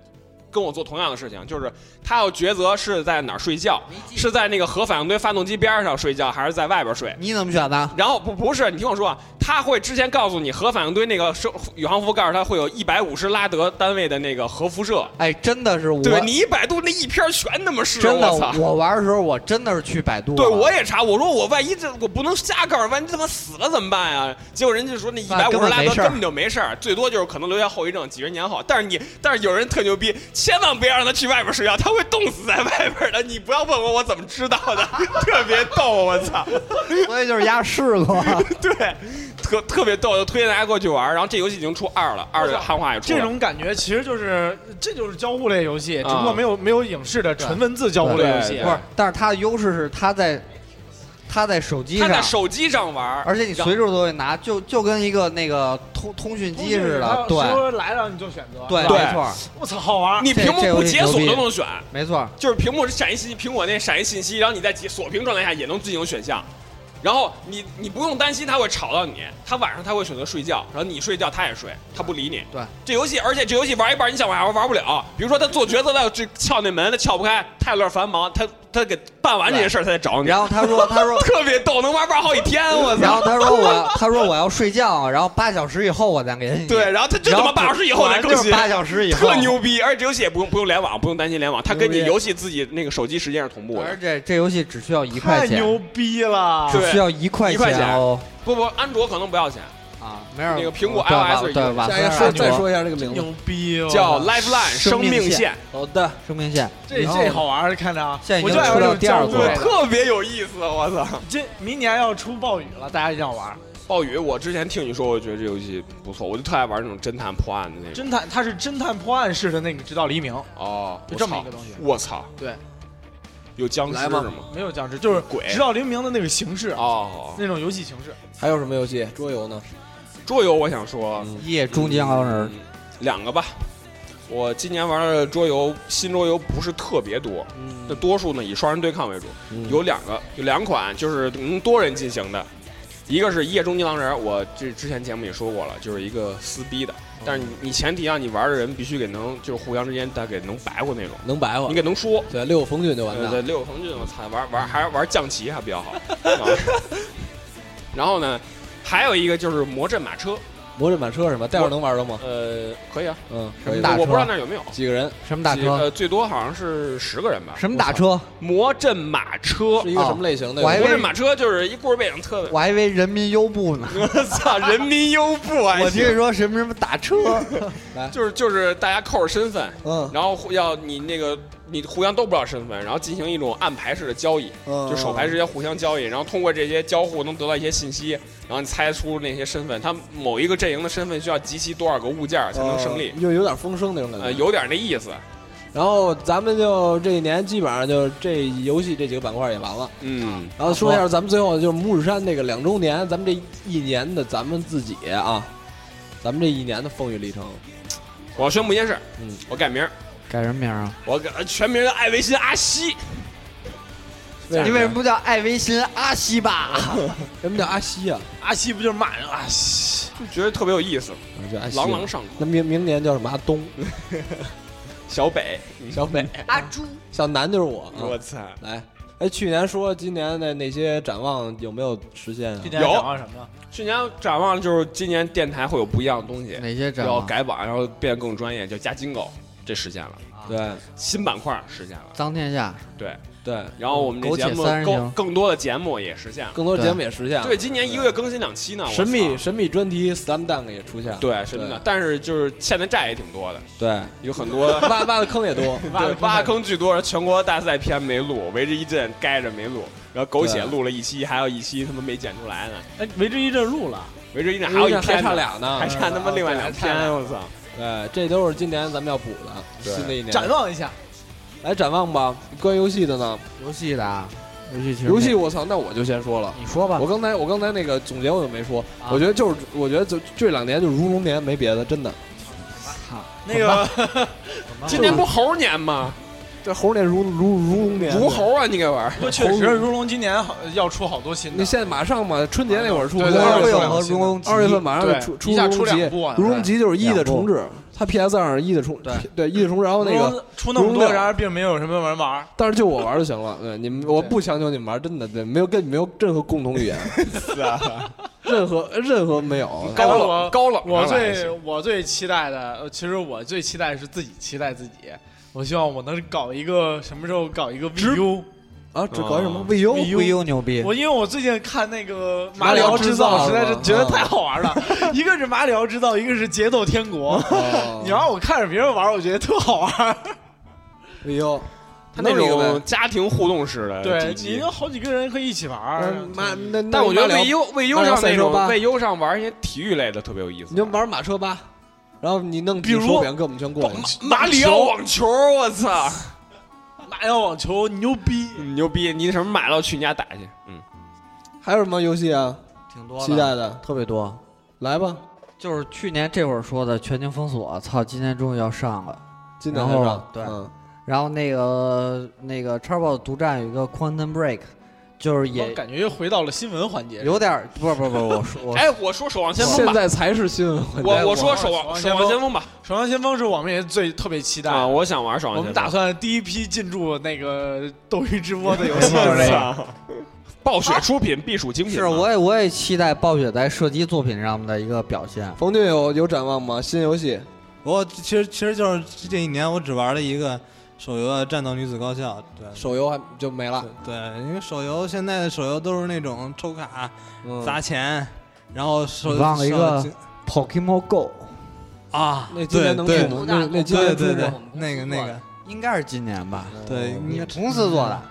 E: 跟我做同样的事情，就是他要抉择是在哪儿睡觉，是在那个核反应堆发动机边儿上睡觉，还是在外边儿睡。
B: 你怎么选的？
E: 然后不不是，你听我说，啊，他会之前告诉你核反应堆那个生宇航服盖儿，它会有一百五十拉德单位的那个核辐射，
B: 哎，真的是我，
E: 对你一百度那一篇全他妈是，
B: 真的
E: 我操！
B: 我玩的时候，我真的是去百度了。
E: 对，我也查，我说我万一这我不能瞎告诉，万一他妈死了怎么办呀？结果人家说那一百
B: 啊
E: 五
B: 根
E: 十
B: 本
E: 拉
B: 没
E: 德
B: 事儿
E: 根本就没事儿，最多就是可能留下后遗症，几十年后。但是你，但是有人特牛逼，千万不要让他去外边睡觉，他会冻死在外边的。你不要问我我怎么知道的， 特别逗，我操！
B: 所以就是压试 过。
E: 对，特特别逗，推荐大家过去玩儿。然后这游戏已经出二了，二的汉化也出了。
C: 这种感觉其实就是这就是交互类游戏，
E: 啊
C: 只不过没有没有影视的纯文字交互类游戏
E: 对
B: 不。是，但是它的优势是它在它在手机
E: 他
B: 上，
E: 在手机上玩儿，
B: 而且你随处都会拿，就就跟一个那个通通讯机似的。
C: 通讯
B: 对
C: 它说来了你就选择。
B: 对，
C: 是吧
B: 没错
C: 我操，好玩儿！
E: 你
B: 这
E: 屏幕
B: 这游
E: 不
B: 戏
E: 解锁
B: 牛逼
E: 都能选。
B: 没错。
E: 就是屏幕是闪一信息，苹果那闪一信息，然后你在解锁屏状态下也能进行选项，然后你你不用担心他会吵到你，他晚上他会选择睡觉，然后你睡觉他也睡，他不理你。
B: 对，
E: 这游戏，而且这游戏玩一半你想玩玩不了，比如说他做抉择他要去撬那门，他撬不开，泰勒繁忙，他他给办完这些事儿他再找 你，，
B: 然后他说，他说
E: 特别逗，能玩玩好几天，我
B: 然
E: 操
B: 后！他说我，他说我要睡觉，然后八小时以后我再给你。
E: 对，，然后他就他妈半小时以后再更
B: 就是
E: 新。
B: 八小时以后
E: 特。牛逼，而且这游戏也不用不用联网，不用担心联网，它跟你
B: 牛逼
E: 游戏自己那个手机时间是同步的。
B: 而且这游戏只需要一
C: 太
B: 块钱，
C: 牛逼了！
E: 对
B: 只需要一块
E: 一块钱
B: 哦。
E: 不不，安卓可能不要钱，
B: 啊，没有
E: 那个苹果
B: 对吧
E: iOS
B: 对吧？
A: 下一个说
B: 虽然
A: 再
B: 安卓
A: 说一下这个名字。
C: 牛逼哦！
E: 叫 Lifeline
B: 生
E: 生
B: 命
E: 命
B: 线
E: 线，
A: 好的，
B: 生命线，
C: 这
B: 然后
C: 这好玩儿，看着啊
B: 现在，已
C: 我
B: 经
C: 就爱
B: 出
C: 玩
B: 到
C: 这种
B: 第二
C: 交互
B: 部了
C: 类的。
E: 特别有意思，我操！
C: 这明年要出暴雨了，大家一定要玩儿。
E: 暴雨，我之前听你说，我觉得这游戏不错，我就特爱玩那种侦探破案的那种。
C: 侦探，它是侦探破案式的那个《直到黎明》，
E: 哦，
C: 就这么一个东西。
E: 我操！我操
C: 对，
E: 有僵尸
A: 来吧
E: 是吗？
C: 没有僵尸，就是
E: 鬼
C: 《直到黎明》的那个形式，啊
E: 哦，
C: 那种游戏形式。
A: 还有什么游戏？桌游呢？
E: 桌游我想说，
B: 夜中江人
E: 嗯，两个吧。我今年玩的桌游，新桌游不是特别多，
A: 嗯
E: 那多数呢以双人对抗为主。有两个，有两款就是能多人进行的，一个是《一夜终结狼人》，我这之前节目也说过了，就是一个撕逼的，但是你你前提啊，你玩的人必须给能就是互相之间大概能白活那种，
A: 能白话
E: 你。给能说。
A: 对，六个风郡就完
E: 对
A: 蛋
E: 对，
A: 了。
E: 六个横郡，我操，玩玩还是玩降旗还比较好。 啊然后呢，还有一个就是魔阵马车，
A: 魔阵马车什么？待会儿能玩到吗？
E: 呃，可以啊，
A: 嗯，
B: 什
A: 哦可
B: 么
A: 以
B: 大
A: 的。
E: 我不知道那有没有。
A: 几个人？
B: 什么打
E: 几
B: 车？
E: 呃，最多好像是十个人吧。
B: 什么打车？
E: 魔阵马车
A: 是，一个什么类型的
B: 我还
A: 游
B: 以
A: 戏？
E: 魔
B: 为
E: 阵马车就是一故事背景特别。
B: 我还以为人民优步呢。
E: 我操，人民优步啊！
B: 我听说什么什么打 车，
E: 就是就是大家扣着身份，
A: 嗯
E: 然后互要你那个你互相都不知道身份，然后进行一种暗牌式的交易，
A: 嗯，
E: 就手牌之间互相交易，然后通过这些交互能得到一些信息，然后你猜出那些身份。他某一个阵营的身份需要集齐多少个物件儿才能胜利
A: 呃，就有点风声那种感觉。
E: 呃，有点那意思。
A: 然后咱们就这一年基本上就这游戏这几个板块也完了。
E: 嗯，
A: 然后说一下咱们最后就是木日山这个两周年，咱们这一年的咱们自己啊，咱们这一年的风雨历程。
E: 我要宣布一件事，
A: 嗯，
E: 我改名儿，
B: 改什么名啊？
E: 我改呃全名叫艾维新阿西。
B: 你为什么不叫艾维新阿西吧？
A: 什么叫阿西啊？
C: 阿西不就是骂人啊阿西？
E: 就觉得特别有意思，
A: 啊叫阿西。
E: 朗朗上口。
A: 那明明年叫什么？阿东、
E: 小北，
A: 小北、
D: 阿朱，
A: 小南就是我。
E: 我
A: 啊、
E: 操，
A: 来，哎，去年说今年的那些展望有没有实现啊
C: 今？年
E: 有
C: 展望什么呀？
E: 去年展望就是今年电台会有不一样的东西，
B: 哪些展啊
E: 要
B: 望？
E: 改版，然后变得更专业，叫加金狗，这实现了。
A: 对
E: 新板块实现了，
B: 脏天下，
E: 对。
A: 对，
E: 然后我们这
B: 苟且
E: 节目
B: 三人
E: 更
B: 行
E: 更多的节目也实现了。
A: 更多节目也实现了。
E: 对，今年一个月更新两期呢。我操
A: 神秘神秘专题 slam dunk 也出现了。
E: 对神秘的，但是就是欠的债也挺多的，
A: 对，
E: 有很 多
A: 挖挖的坑也多。
E: 挖挖坑巨多，全国大赛片没录，围着一阵该着没录，然后狗血
A: 对
E: 录了一期，还有一期他妈没剪出来呢，
C: 哎，为之一阵录了，
E: 围着 一阵还
A: 还
E: 有
A: 有
E: 一
A: 一
E: 篇
A: 还
E: 呢
A: 差，俩呢，
E: 还差他妈另外两
C: 还差
E: 篇，
C: 俩
E: 我操！
A: 对，这都是今年咱们要补的，
E: 对
A: 新的一年
C: 展望一下，
A: 来展望吧。关于游戏的呢，
B: 游戏的啊，游戏其实
A: 游戏
B: 没
A: 我操，那我就先说了。
B: 你说吧
A: 我，刚才我刚才那个总结我就没说，
B: 啊
A: 我觉得就是我觉得就这两年就如龙年没别的，真的。
C: 那个
E: 今年不猴年吗？
A: 这猴年如如如龙年，
E: 如猴啊，你给玩儿。
C: 不过确实如龙今年好要出好多新
A: 那
C: 的，
A: 现在马上嘛，春节那会儿出，
C: 对对
A: 二
C: 对
A: 月份
B: 会有
C: 对
B: 和如龙
A: 二月份马上就
C: 对
A: 出出
C: 一下
A: 如龙
C: 出两
A: 集，
C: 部啊，
A: 如龙集就是一的
B: 两部
A: 重置，它 PS 二一的重
B: 对
A: 对一的重置，然后那个
C: 如龙出那么
A: 如龙
C: 多，
A: 六
C: 然而并没有什么人玩儿，
A: 但是就我玩就行了，对你们，我不强求你们玩，真的对，没有跟你没有任何共同语 言，任何任何没有，
E: 高
C: 哎
E: 冷
C: 我
E: 高冷，啊
C: 我最我最期待的，呃其实我最期待的是自己期待自己。我希望我能搞一个什么时候搞一个 VU。
A: 啊，只搞什么
E: 哦
A: VU，
C: VU
B: 悠牛逼，
C: 我因为我最近看那个《
A: 马
C: 马
A: 里
C: 里
A: 奥
C: 奥
A: 制
C: 制
A: 造
C: 造》，实在是
A: 是吧
C: 觉得
A: 嗯
C: 太好玩了。 一个是《马里奥制造》，一个是《节奏天国》。你
A: 哦
C: 让我看着别人玩，我觉得特好玩。
A: VU，
E: 他那
A: 哎弄一个呗
E: 种家庭互动式的主
C: 对，
E: 机
C: 你有好几个人可以一起玩
A: 嗯。妈，那那
E: 但我觉得
A: 马里奥
E: 魏优魏
A: 马里
E: 优
A: 奥
E: 上那
A: 赛车吧
E: 种魏优上玩一些体育类的特别有意思，啊
A: 你就玩马车吧，然后你弄几
C: 比如
A: 手柄给我们全过去，
E: 马里奥网球，我操，
C: 马里奥网球牛逼，
E: 嗯牛逼！你什么买了去你家打去？嗯，
A: 还有什么游戏啊？
B: 挺多的，
A: 期待的，
B: 特别多。
A: 来吧，
B: 就是去年这会儿说的《全境封锁》，操，今年终于要上了。
A: 今年
B: 然
A: 才
B: 后
A: 上，
B: 对
A: 嗯
B: 然后那个那个 Xbox 独占有一个 Quantum Break，就是
C: 我
B: 也
C: 感觉又回到了新闻环节。
B: 有点儿不是不是不是，我说 我
E: 哎，我说守望先锋
A: 现
E: 吧，
A: 在才是新闻环节，
E: 我我说
C: 我
E: 守望
C: 守
E: 守
C: 望先锋
E: 望先锋吧，
C: 《守望先锋》是我们也最特别期待的。
E: 啊，我想玩守望
C: 我
E: 先锋。
C: 们打算第一批进驻那个斗鱼直播的游 戏，
E: 我操暴雪出品必属精品
B: 是
E: 嘛，
B: 我也我也期待暴雪在射击作品上的一个表 现。
A: 冯俊有有展望吗？新游戏
F: 我其实其实就是这一年我只玩了一个手游的《战斗女子高校》，对。
A: 手游还就没了，
F: 对，因为手游现在的手游都是那种抽卡、
A: 嗯，
F: 砸钱，然后手
B: 你忘了一个
F: 手
B: Pokemon Go
F: 啊，
A: 那今年能 出
F: 对对
A: 吗？那那今
F: 对
A: 年出
F: 对对
A: 吗？，
F: 那个那个，
B: 应该是今年吧？
F: 对，应
B: 你
F: 该
B: 们公司做的，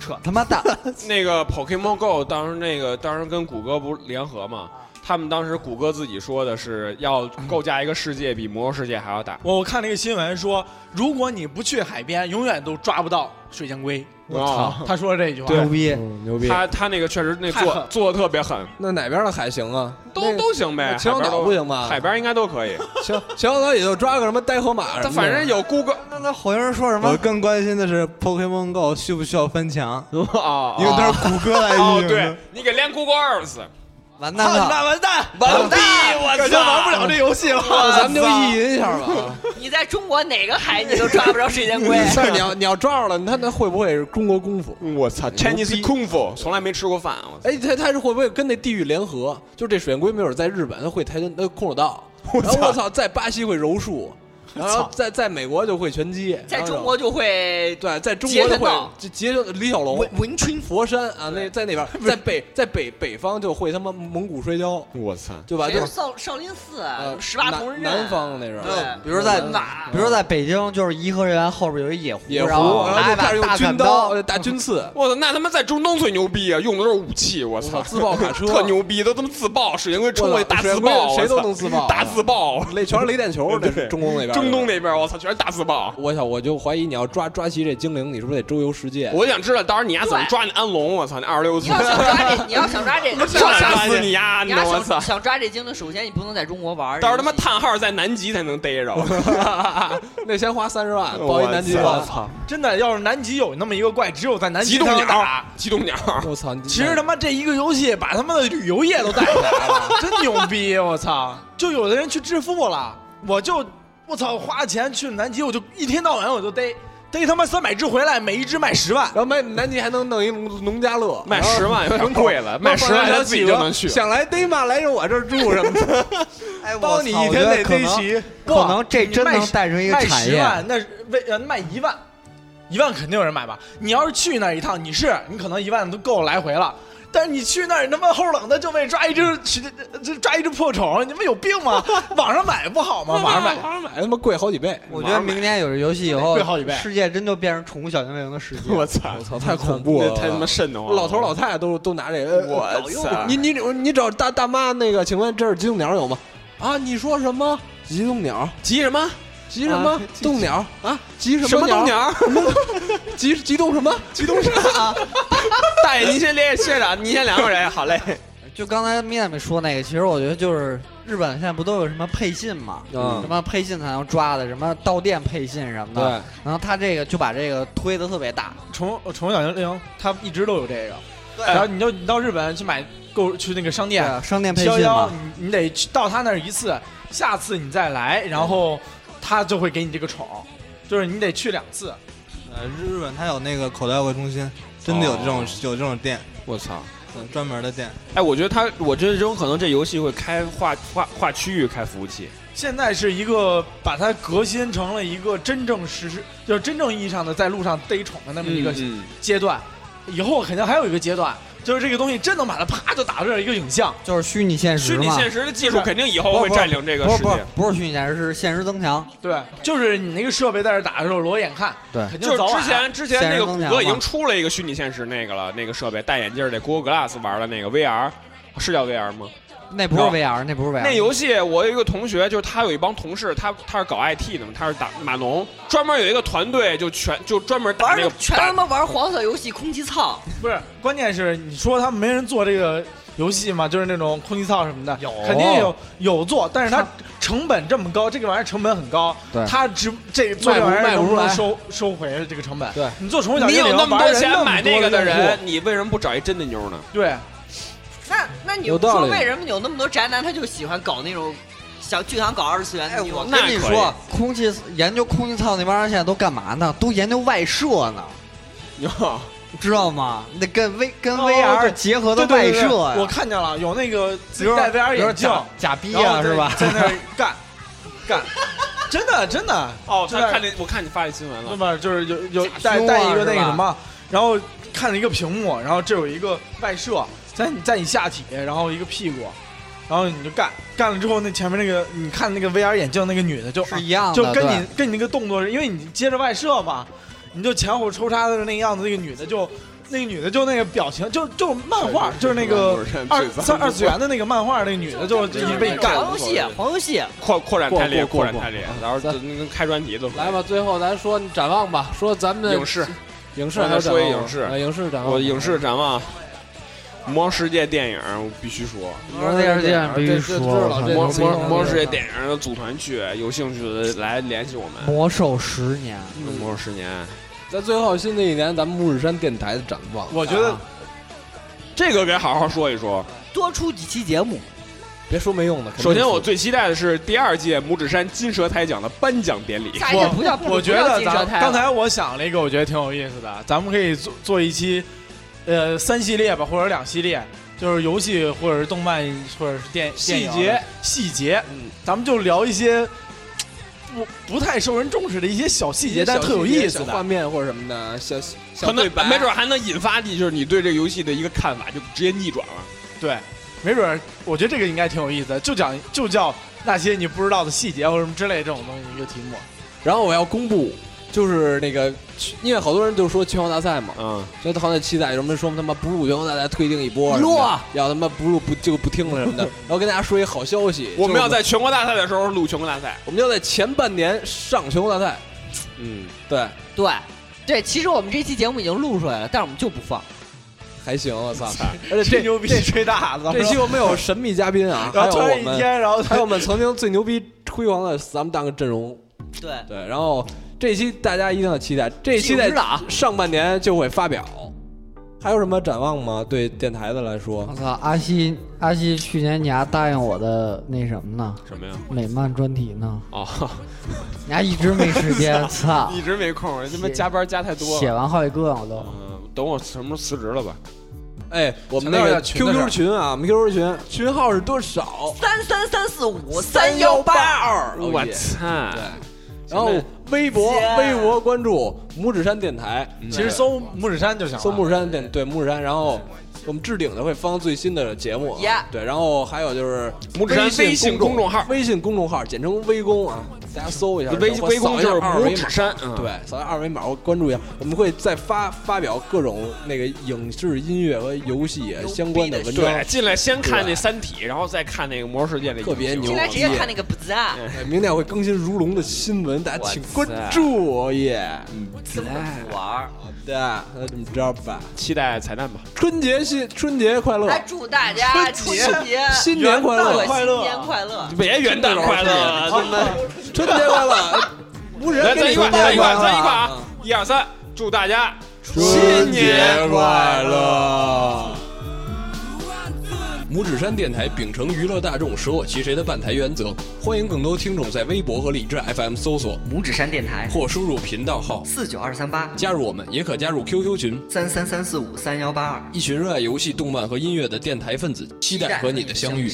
B: 扯他妈蛋！
E: 那个 Pokemon Go 当时那个当时跟谷歌不是联合嘛，他们当时谷歌自己说的是要构架一个世界比魔兽世界还要大，
C: 我看了一个新闻说，如果你不去海边，永远都抓不到水箭龟。
E: 我操！
C: 他说这句话，啊
B: 牛逼！
A: 嗯，牛逼。
E: 哦他他那个确实那
C: 太狠
E: 做
C: 了
E: 做的特别狠，
A: 那哪边的海行啊？
E: 都都行呗，
A: 秦
E: 海
A: 皇
E: 边
A: 岛
E: 都
A: 不行吧？
E: 海边应该都 可以。
A: 秦秦皇岛也就抓个什么呆河马什么的，
E: 他反正有 Google
B: 那那火星人说什
F: 我
B: 么？
F: 更关心的是 Pokemon Go 需不需要翻墙，
E: 啊
F: 因为都是谷歌来运
E: 哦，
F: 营
E: 对
F: 的。
E: 你给连 Google Earth，
B: 完
C: 完
B: 蛋 了！
C: 啊蛋完蛋，
E: 完蛋！
C: 感觉玩不了这游戏了。
A: 咱们就意淫一下吧。 啊，
D: 你在中国哪个海你都抓不着水箭龟
A: 但是你要你要抓着了，他那会不会是中国功夫？
E: 我操，Chinese Kung Fu 从来没吃过饭，我操！
A: 哎，他他是会不会跟那地域联合？就这水箭龟没准在日本，他会跆拳呃空手道，然 后我操，在巴西会柔 术，然后在在美国就会拳击，
D: 在
A: 然后
D: 中国就会
A: 对，在中国就
D: 截拳道
A: 会就截拳李小龙
D: 文。文青
A: 佛山啊，那在 那边，在北在北北方就会他妈蒙古摔跤，
E: 我操！
A: 对吧？
D: 谁
A: 就是
D: 少少林寺
A: 呃，
D: 十八铜人阵
A: 南南方呃那是，
D: 对，
B: 比如在
D: 哪
B: 比如说在北京，就是颐和园后边有一野狐，
A: 啊野狐，
B: 然后拿
A: 然后就开
B: 一把
A: 始用
B: 大
A: 军
B: 砍
A: 刀，呃大军 刺，
E: 我操，那他妈在中东最牛逼啊！用的都是武器，我
A: 我
E: 操，
A: 操自爆卡车
E: 特牛逼，都他妈自爆，水 箭龟冲过去大自
A: 我
E: 爆，
A: 操
E: 我操
A: 谁都能自爆啊
E: 大 自爆。
A: 那全是雷电球，这是
E: 对
A: 中东那边。
E: 中东那边，我操，全是大自爆。
A: 我想我就怀疑你要抓抓齐这精灵，你是不是得周游世界？
E: 我想知道，到时候你丫怎么抓那安龙？我操，那二十六
D: 你
E: 岁
D: 要，想抓这，你要想抓这，你要
E: 上来
D: 想
E: 杀死你丫！
D: 你
E: 你知道
D: 要
E: 我
D: 想
E: 操，
D: 想抓这精灵，首先你不能在中国玩，
E: 到时候他妈叹号在南极才能逮着。
A: 那先花三十万包一南极
E: 我
A: 馆，
E: 操，
C: 真的，要是南极有那么一个怪，只有在南
E: 极
C: 极
E: 冻
C: 才能打。
E: 鸟，极 冻鸟。
A: 我操！你
C: 其实他妈这一个游戏把他妈的旅游业都带起来了， 真牛逼！我操，就有的人去致富了，我就我操花钱去南极，我就一天到晚我就逮逮他妈三百只回来，每一只卖十万。
A: 然后卖南极还能弄一农农家乐，
E: 卖十万有点贵了，卖十万他自己就能去。
A: 想来逮嘛来着我这儿住什么的，
B: 哎，我
C: 包你
B: 操
C: 一
B: 我
C: 天
B: 觉得
C: 得
B: 可
C: 逮
B: 能
C: 齐，
B: 可能这真能带出一个
C: 卖
B: 产
C: 十
B: 业。
C: 万，那是为呃卖一万，一万肯定有人买吧？你要是去那儿一趟，你是你可能一万都够来回了。但是你去那儿，你他妈后冷的就为抓一只这这抓一只破虫，你们有病 吗？网上买不好吗？网上买，
A: 买他妈贵好几倍，
B: 我觉得明年有这游戏以后
C: 贵好几倍，
B: 世界真就变成宠物小精灵的世界。
E: 我操！
A: 我操，太恐怖了，
E: 太他妈瘆得慌了！
A: 老头老太太都都拿这个。呃
E: 我操！
A: 你你你找大大妈那个，请问这儿急冻鸟有吗？啊，你说什么？急冻鸟？
E: 急什么？
A: 急什么？冻鸟 啊？急
E: 什么
A: 鸟？
E: 动鸟？
A: 急急冻什么？
E: 激动啥？大爷，您先列谢长，您先两个人，好嘞。
B: 就刚才米娜米说那个，其实我觉得就是日本现在不都有什么配信嘛，
A: 嗯
B: 什么配信才能抓的，什么到店配信什么
A: 啊
B: 的。然后他这个就把这个推的特别大，
C: 宠宠物小精灵，它一直都有这个。然后你就你到日本去买购去那个商
A: 哎
C: 店
B: 对，啊呃商店配
C: 七幺
B: 信
C: 幺
B: 嘛，，
C: 你你得去到他那儿一次，下次你再来，然后他就会给你这个宠，就是你得去两次。
F: 呃，日本它有那个口袋外汇中心，真的有这种、
E: 哦
F: 有这种店，
E: 我操！
F: 嗯专门的店。
E: 哎，我觉得他，我觉得有可能这游戏会开划划划区域开服务器。
C: 现在是一个把它革新成了一个真正实施，就是真正意义上的在路上逮宠的那么一个
E: 嗯
C: 阶段。以后肯定还有一个阶段，就是这个东西真能把它啪就打出来一个影像。
B: 就是虚拟现实
E: 虚拟
B: 嘛。
E: 现实的技术肯定以后会占领这个
B: 不
E: 世
B: 是不是
E: 界。
B: 不是虚拟现实，是现实增强。
C: 对，就是你那个设备在这打的时候裸眼看，
B: 对
C: 肯定
E: 就是
C: 早晚
E: 之前之前
B: 显
E: 那
B: 示
E: 个谷
B: 增强
E: 歌已
B: 嘛
E: 经出了一个虚拟现实那个了，那个设备戴眼镜儿得 Google Glass 玩的那个 VR，是叫 VR 吗？
B: 那不是 VR，那不是 VR。
E: 那游戏我有一个同学，就是他有一帮同事，他他是搞 IT 的嘛，他是打码农，专门有一个团队就全就专门打
D: 玩
E: 那个
D: 儿全他
E: 打
D: 妈玩黄色游戏空气操，
C: 不是，关键是你说他们没人做这个游戏嘛，就是那种空气操什么的，
B: 有
C: 肯定有有做，但是它成本这么高，这个玩意儿成本很高，
B: 对
C: 他只这做这玩意儿
A: 卖不
C: 能
A: 卖不
C: 不能
A: 出来
C: 收收回这个成本？
A: 对，
C: 你做宠物小
E: 你
C: 精灵，
E: 有那么
C: 玩
E: 多
C: 人
E: 钱买那个的
C: 那么多用
E: 人
C: 户，，
E: 你为什么不找一真的妞呢？
C: 对，
D: 那那你
A: 有
D: 们
A: 道
D: 说
A: 理
D: 为什么有那么多宅男，他就喜欢搞那种想就想搞二次元的
B: 哎，
D: 那
B: 我
D: 种？
B: 跟你
E: 那可
B: 说，空气研究空气操那帮人现在都干嘛呢？都研究外设呢，
E: 哟，
B: 知道吗？那跟 V 跟
C: 哦
B: VR
C: 对
B: 结合的
C: 对
B: 外
C: 对对
B: 设
C: 对，
B: 呀，
C: 我看见了，有那个
B: 比
C: 自己
B: 如
C: 戴 VR
B: 比如
C: 眼镜，
B: 假假逼
C: 然
B: 呀，
C: 后
B: 是吧？
C: 在那儿干干，真的真的，
E: 哦，
C: 就
E: 他
C: 在
E: 看那我看你发的新闻
A: 嗯
C: 那
E: 了，
C: 么就是有有
B: 假
C: 带
B: 胸啊
C: 带一个那
B: 是
C: 个
B: 吧
C: 什么，然后看了一个屏幕，然后这有一个外设在你在你下体，然后一个屁股，然后你就干干了之后，那前面那个你看那个 VR 眼镜那个女的就、啊
B: 是一样的，
C: 就跟
B: 对
C: 你跟你那个动作是，因为你接着外设嘛，你就前后抽插的那个样子，那个女的就那个女的就那个表情，就就漫画，就是那个二三二次元的那个漫画，那个女的就
D: 就是
C: 一被干
D: 黄游戏，黄游戏，
E: 扩扩展太烈，
A: 过过
E: 扩展
A: 过
E: 太烈
A: 啊，
E: 然后
A: 咱
E: 就跟开专题都
A: 来吧，最后咱说展望吧，说咱们
E: 影视，
A: 影视
E: 刚才
A: 还有
E: 说一
A: 展望
E: 影视
A: 吗啊影视展望，
E: 我影视展望，魔兽世界电影我必须说，
B: 魔兽世界必须
A: 这这
B: 说
A: 知道
B: 我操
A: 这
E: 魔
A: 这
E: 魔
A: 这
E: 魔兽世界电影的组团去，有兴趣的来联系我们。
B: 魔兽十年，
A: 嗯
E: 魔兽十年，
A: 在最后新的一年，咱们木日山电台的展望，
C: 我觉得
E: 这个给好好说一说。
D: 多出几期节目，
A: 别说没用的。肯定
E: 首先，
A: 是
E: 我最期待的是第二届拇指山金蛇台奖的颁奖典礼。
D: 下一届不叫不
C: 我觉
D: 不叫
C: 得
D: 金
C: 咱
D: 蛇
C: 们
D: 台
C: 刚
D: 了
C: 才我想了一个，我觉得挺有意思的，咱们可以做做一期，呃，三系列吧，或者两系列，就是游戏或者是动漫或者是电
E: 细节
C: 电影啊细节，
E: 嗯
C: 咱们就聊一些不不太受人重视的一些小细节，但特有意思
A: 小画
C: 的。
A: 面或者什么的，小小
E: 可能
A: 对白
E: 没准还能引发你，就是你对这个游戏的一个看法，就直接逆转了。
C: 对，没准儿我觉得这个应该挺有意思的，就讲就叫那些你不知道的细节或者什么之类这种东西一个题目。
A: 然后我要公布，就是那个，因为好多人就说拳皇大赛嘛，
E: 嗯，
A: 所以好像期待什么说他妈不入拳皇大赛退订一波什么的，
B: 哟
A: 要他妈不入不就不听了什 么的。然后跟大家说一好消息，
E: 我们要
A: 就是
E: 在全国大赛的时候录全国大赛。
A: 我们要在前半年上拳皇大赛，
E: 嗯，
A: 对，
D: 对对，其实我们这期节目已经录出来了，但是我们就不放。
A: 还行，我 操！而且
C: 吹
A: 这
C: 牛逼吹大了，
A: 这期我们有神秘嘉宾啊，还
C: 然
A: 有
C: 后
A: 我
C: 穿一
A: 们
C: 天，然后
A: 还有我们曾经最牛逼辉煌的咱们当个阵容，
D: 对，
A: 对，然后这期大家一定要期待，这期
D: 有
A: 在
D: 知道啊
A: 上半年就会发表，还有什么展望吗？对电台的来说
B: 我，操，阿西阿西，去年你还答应我的那什么呢？
E: 什么呀？
B: 美漫专题呢？
E: 哦，
B: 你还一直没时 间，
D: 啊
B: 操！
E: 一直没空，他妈加班加太多
B: 写
E: 了。
B: 完好几个我都。
E: 嗯，等我什么时候辞职了吧？
A: 哎，我们
C: 强
A: 那
C: 调一
A: 个
C: 下群的事
A: QQ
C: 儿
A: 群啊，我们 QQ 群群号是多少？
D: 三三三四五三幺八
A: 二
E: 我操！
A: 然后微博微博关注拇指山电台，
C: 其实搜拇指山就行了。
A: 搜
E: 啊
A: 拇指山电对拇指山，然后我们置顶的会放最新的节目啊，
D: Yeah
A: 对，然后还有就是
E: 拇指山微信公众号
A: 微信公众号简称微公啊，大家搜一下，
E: 微
A: 然后
E: 微
A: 扫
E: 公
A: 一下
E: 就是
A: 二维
E: 拇
A: 码
E: 指山，嗯，
A: 对，扫下二维码，我关注一下，我们会再发发表各种那个影视、音乐和游戏啊相关的文章，
E: 对，进来先看那《三体》，然后再看那个《魔兽世界》那
A: 特别
E: 英雄
A: 牛
D: 进来直接看那个不赞，
A: 对明天会更新如龙的新闻，大家请关注耶。
E: 嗯
D: 根本不玩儿。
A: 好的，那这么着吧，
E: 期待彩蛋吧。
A: 春节新春节快乐，
D: 来祝大家春节
A: 新年快
D: 哎到了
A: 乐，
D: 新年快乐！
E: 别元旦快乐，真的。
A: 春节快乐，无人
E: 来，
A: 跟你
E: 咱一块
A: 说
E: 儿，咱一块儿，
A: 拜拜
E: 咱一块儿
A: 嗯
E: 啊！一二三，祝大家
A: 春
E: 节
A: 快乐！拇指山电台秉承娱乐大众，舍我其谁的办台原则，欢迎更多听众在微博和荔枝 FM 搜索
D: 拇指山电台
A: 或输入频道号
D: 四九二三八
A: 加入我们，也可加入 QQ 群，
D: 三三三四五三幺八二，
A: 一群热爱游戏、动漫和音乐的电台分子，期待和你的相遇。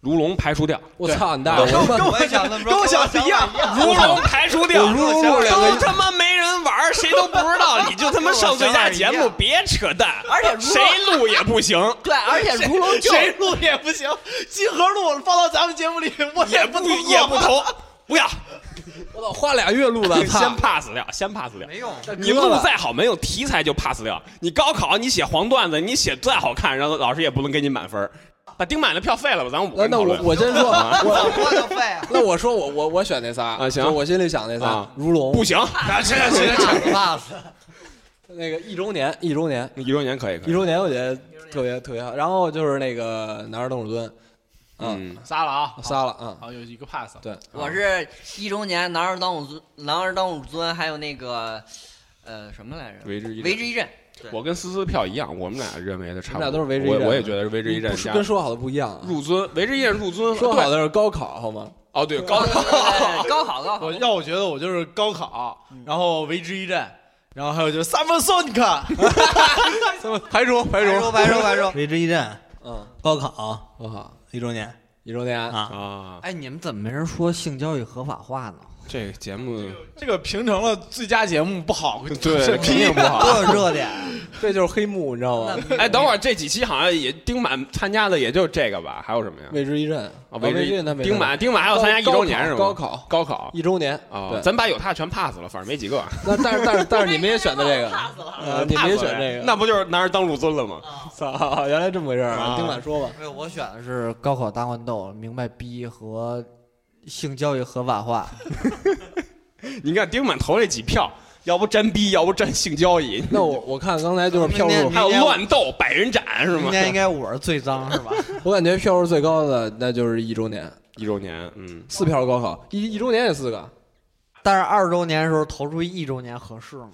E: 如龙排除掉，
A: 我操你大爷！我
D: 我也想那么说，跟我想的一样。
E: 如龙排除掉，
A: 我如龙我两个
E: 都他妈没人玩儿，谁都不知道，你就他妈上最佳节目，别扯淡。
D: 而且如龙
E: 谁录也不行，
D: 对，而且如龙就
C: 谁录也不行，集合录放到咱们节目里，我
E: 也不也不投，不要，
A: 操，花俩月录的，
E: 先
A: 操！
E: pass 掉，先 pass 掉。
B: 用，
E: 你录再好，没有题材就 pass 掉。你高考你写黄段子，你写再好看，然后老师也不能给你满分儿。把丁满的票废了吧，咱们五个
A: 那
E: 人
A: 呃那我
E: 讨论。
A: 我先说，我
D: 我就
B: 啊
D: 废了。
A: 那我说我我我选那仨
E: 啊行
A: 就我心里想那仨
E: 啊，
A: 如龙
E: 不行，谁谁谁，
B: pass。
A: 那个一周年一周年
E: 一周年可以可
A: 一
E: 以。
A: 周年，我觉得特别特别好。然后就是那个南二邓士敦，嗯，
E: 嗯，
C: 仨了啊，
A: 仨了啊，
C: 好有一个 pass，
A: 对，
D: 我是一周年男儿当武尊，男儿当武尊，还有那个呃什么来着？
E: 嗯为之一
D: 为之一 震。
E: 我跟思思票一样，我们俩认为的差不多。
A: 我们俩都是为之一战
E: 我我也觉得是为之一战
A: 不是
E: 加
A: 跟说好的不一样啊。
E: 入尊，为之一战入尊。
A: 说好
E: 对
A: 的是高考好吗？
E: 哦，对，高考
D: 对高考高考
C: 我，要我觉得我就是高考，然后为之一战，然后还有就是 Summer Sonic，
A: 排除排
B: 白
A: 除
B: 说，白说，白说。
F: 为之一战，
A: 嗯，
F: 高考
A: 高考
F: 一周年
A: 一周年，
F: 啊，
E: 啊，
B: 哎，你们怎么没人说性交易合法化呢？
E: 这个节目
C: 这个评成了最佳节目不好，
E: 对肯定不好。
B: 多有热点，
A: 这就是黑幕，你知道吗？
E: 哎，等会儿这几期好像也丁满参加的也就这个吧，还有什么呀？
A: 为之一振
E: 啊，为之
A: 一振他没
E: 丁满丁满还要参加一周年是吗？
A: 高考
E: 高考
A: 一周年
E: 啊，
A: 对，
E: 咱把有他全 pass 了，反正没几个。
A: 那但是但是但是你们也选的 这个，
D: pass 了。
A: 呃，你们也
E: pass
A: 选
E: 了
A: 这
E: 呀
A: 个，
E: 那不就是拿着当入尊了吗？
A: 操，原来这么回事儿啊！
E: 啊
A: 丁满说吧，
B: 没有，我选的是高考大乱斗，明白逼和性交易合法化。
E: 你看丁满投这几票，要不沾逼，要不沾性交易，
A: 那我我看刚才就是票
B: 明
A: 数
B: 天，
E: 还有乱斗、百人斩是
B: 今
E: 吗？
B: 天应该 我是最脏是吧？
A: 我感觉票数最高的那就是一周年，
E: 一周年，嗯，
A: 四票高考，一一周年也四 个，
B: 但是二周年的时候投出一周年合适吗？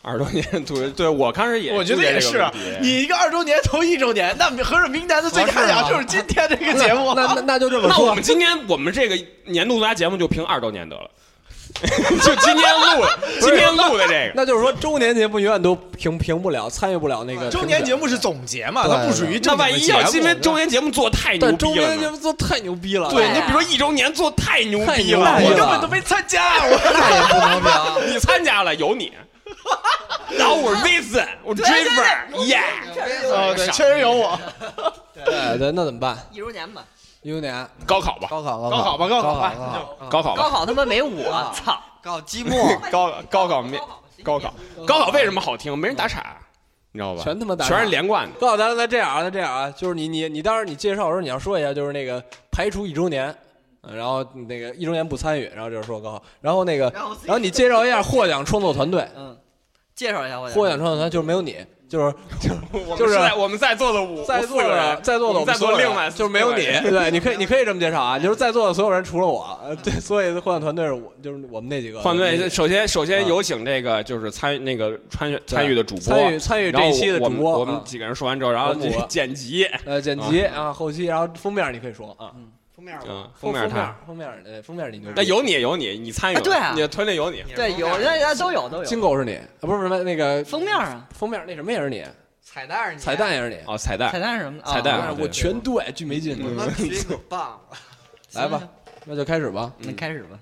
E: 二十多年对对，我看是也，
C: 我觉得也是啊。你一个二周年投一周年，那合着明年的最佳奖就是今天这个节目。
A: 那那那就这么
E: 那我
A: 说
E: 们，今天我们这个年度最佳节目就评二周年得了，就今天录的，今天录的这个。
A: 那就是说周年节目永远都评评不了，参与不了那个
C: 周年
A: 评
C: 节
A: 选。
C: 目是总结嘛，
A: 对
C: 它不属于
E: 那
C: 正经的
E: 万一要是因为
C: 节目
E: 周年节目做太牛
A: 但周
E: 逼了
A: 年节
E: 呢，
A: 目做太牛逼了，哎
E: 对，
D: 对
E: 你比如说一周年做太牛
A: 太
E: 逼
A: 牛
E: 了，
A: 逼
E: 我
A: 了
E: 根
C: 根
E: 本
C: 本
E: 都
C: 都
E: 没
C: 没参加，啊我
B: 那也不能评。
E: 啊你参加了有 你，然后我是 Vincent，我 Driver，耶，
C: 呃，对，确实有我。
A: 对哎对，那怎么办？
D: 一周年吧，
A: 一周年，
E: 高考吧，
B: 高考，高
C: 高考吧，高
B: 高
C: 考吧，
B: 高考，
E: 高考吧
D: 高，考他妈没我，操！
B: 高考积木。
A: 嗯
E: 高高考没高考，高考为什么好听？没人打岔，你知道吧？
A: 全他妈打岔
E: 全是连贯的。
A: 告诉大家，那这样啊，那这样啊，就是你你你，当时你介绍的时候你要说一下，就是那个排除一周年，嗯然后那个一周年不参与，然后就是说高考，然后那个，
D: 然后我自己
A: 然后你介绍一下获奖创作团队，
D: 嗯，介绍一下我。
A: 获奖创作团就是没有你，就是
E: 我
A: 就是
E: 们在我们在座的五
A: 在
E: 五四
A: 座
E: 个
A: 的
E: 人，
A: 在座的我
E: 在
A: 们所
E: 座
A: 有人
E: 另外
A: 就是没有你
E: 四个，
A: 对，
E: 人
A: 你可以你可以这么介绍啊，就是在座的所有人除了我，呃对，所以幻想团队是我就是我们那几个
E: 换
A: 那
E: 队，
A: 几
E: 首先首先
A: 啊
E: 有请这个就是参与那个参与参与的主
A: 个
E: 播，
A: 参与参与这
E: 然后
A: 一期的
E: 我
A: 主
E: 们
A: 播，
E: 我们
A: 啊
E: 几个人说完之后，然后
A: 我们五个
E: 剪辑，
A: 呃剪辑啊后期，然后封面你可以说啊，
B: 封面
E: 嗯，
A: 哦封
E: 面
A: 面
E: 他，
A: 封面呃封面你牛
E: 那
A: 逼，
E: 有你有你，你参与
D: 啊
E: 了，
D: 对啊
E: 你的团队有你，
A: 嗯
D: 对，有那那都有都有
A: 金狗是你啊，不是不是那个
D: 封面啊，
A: 封面那什么也是你，
B: 彩蛋，啊
A: 彩蛋，也是你，
E: 哦，彩蛋
D: 彩蛋什么的，啊
E: 彩蛋
A: 但
E: 啊
A: 是我全对，巨没劲，
B: 我他妈举一个棒，
A: 来吧，那就开始吧，
D: 嗯那开始吧，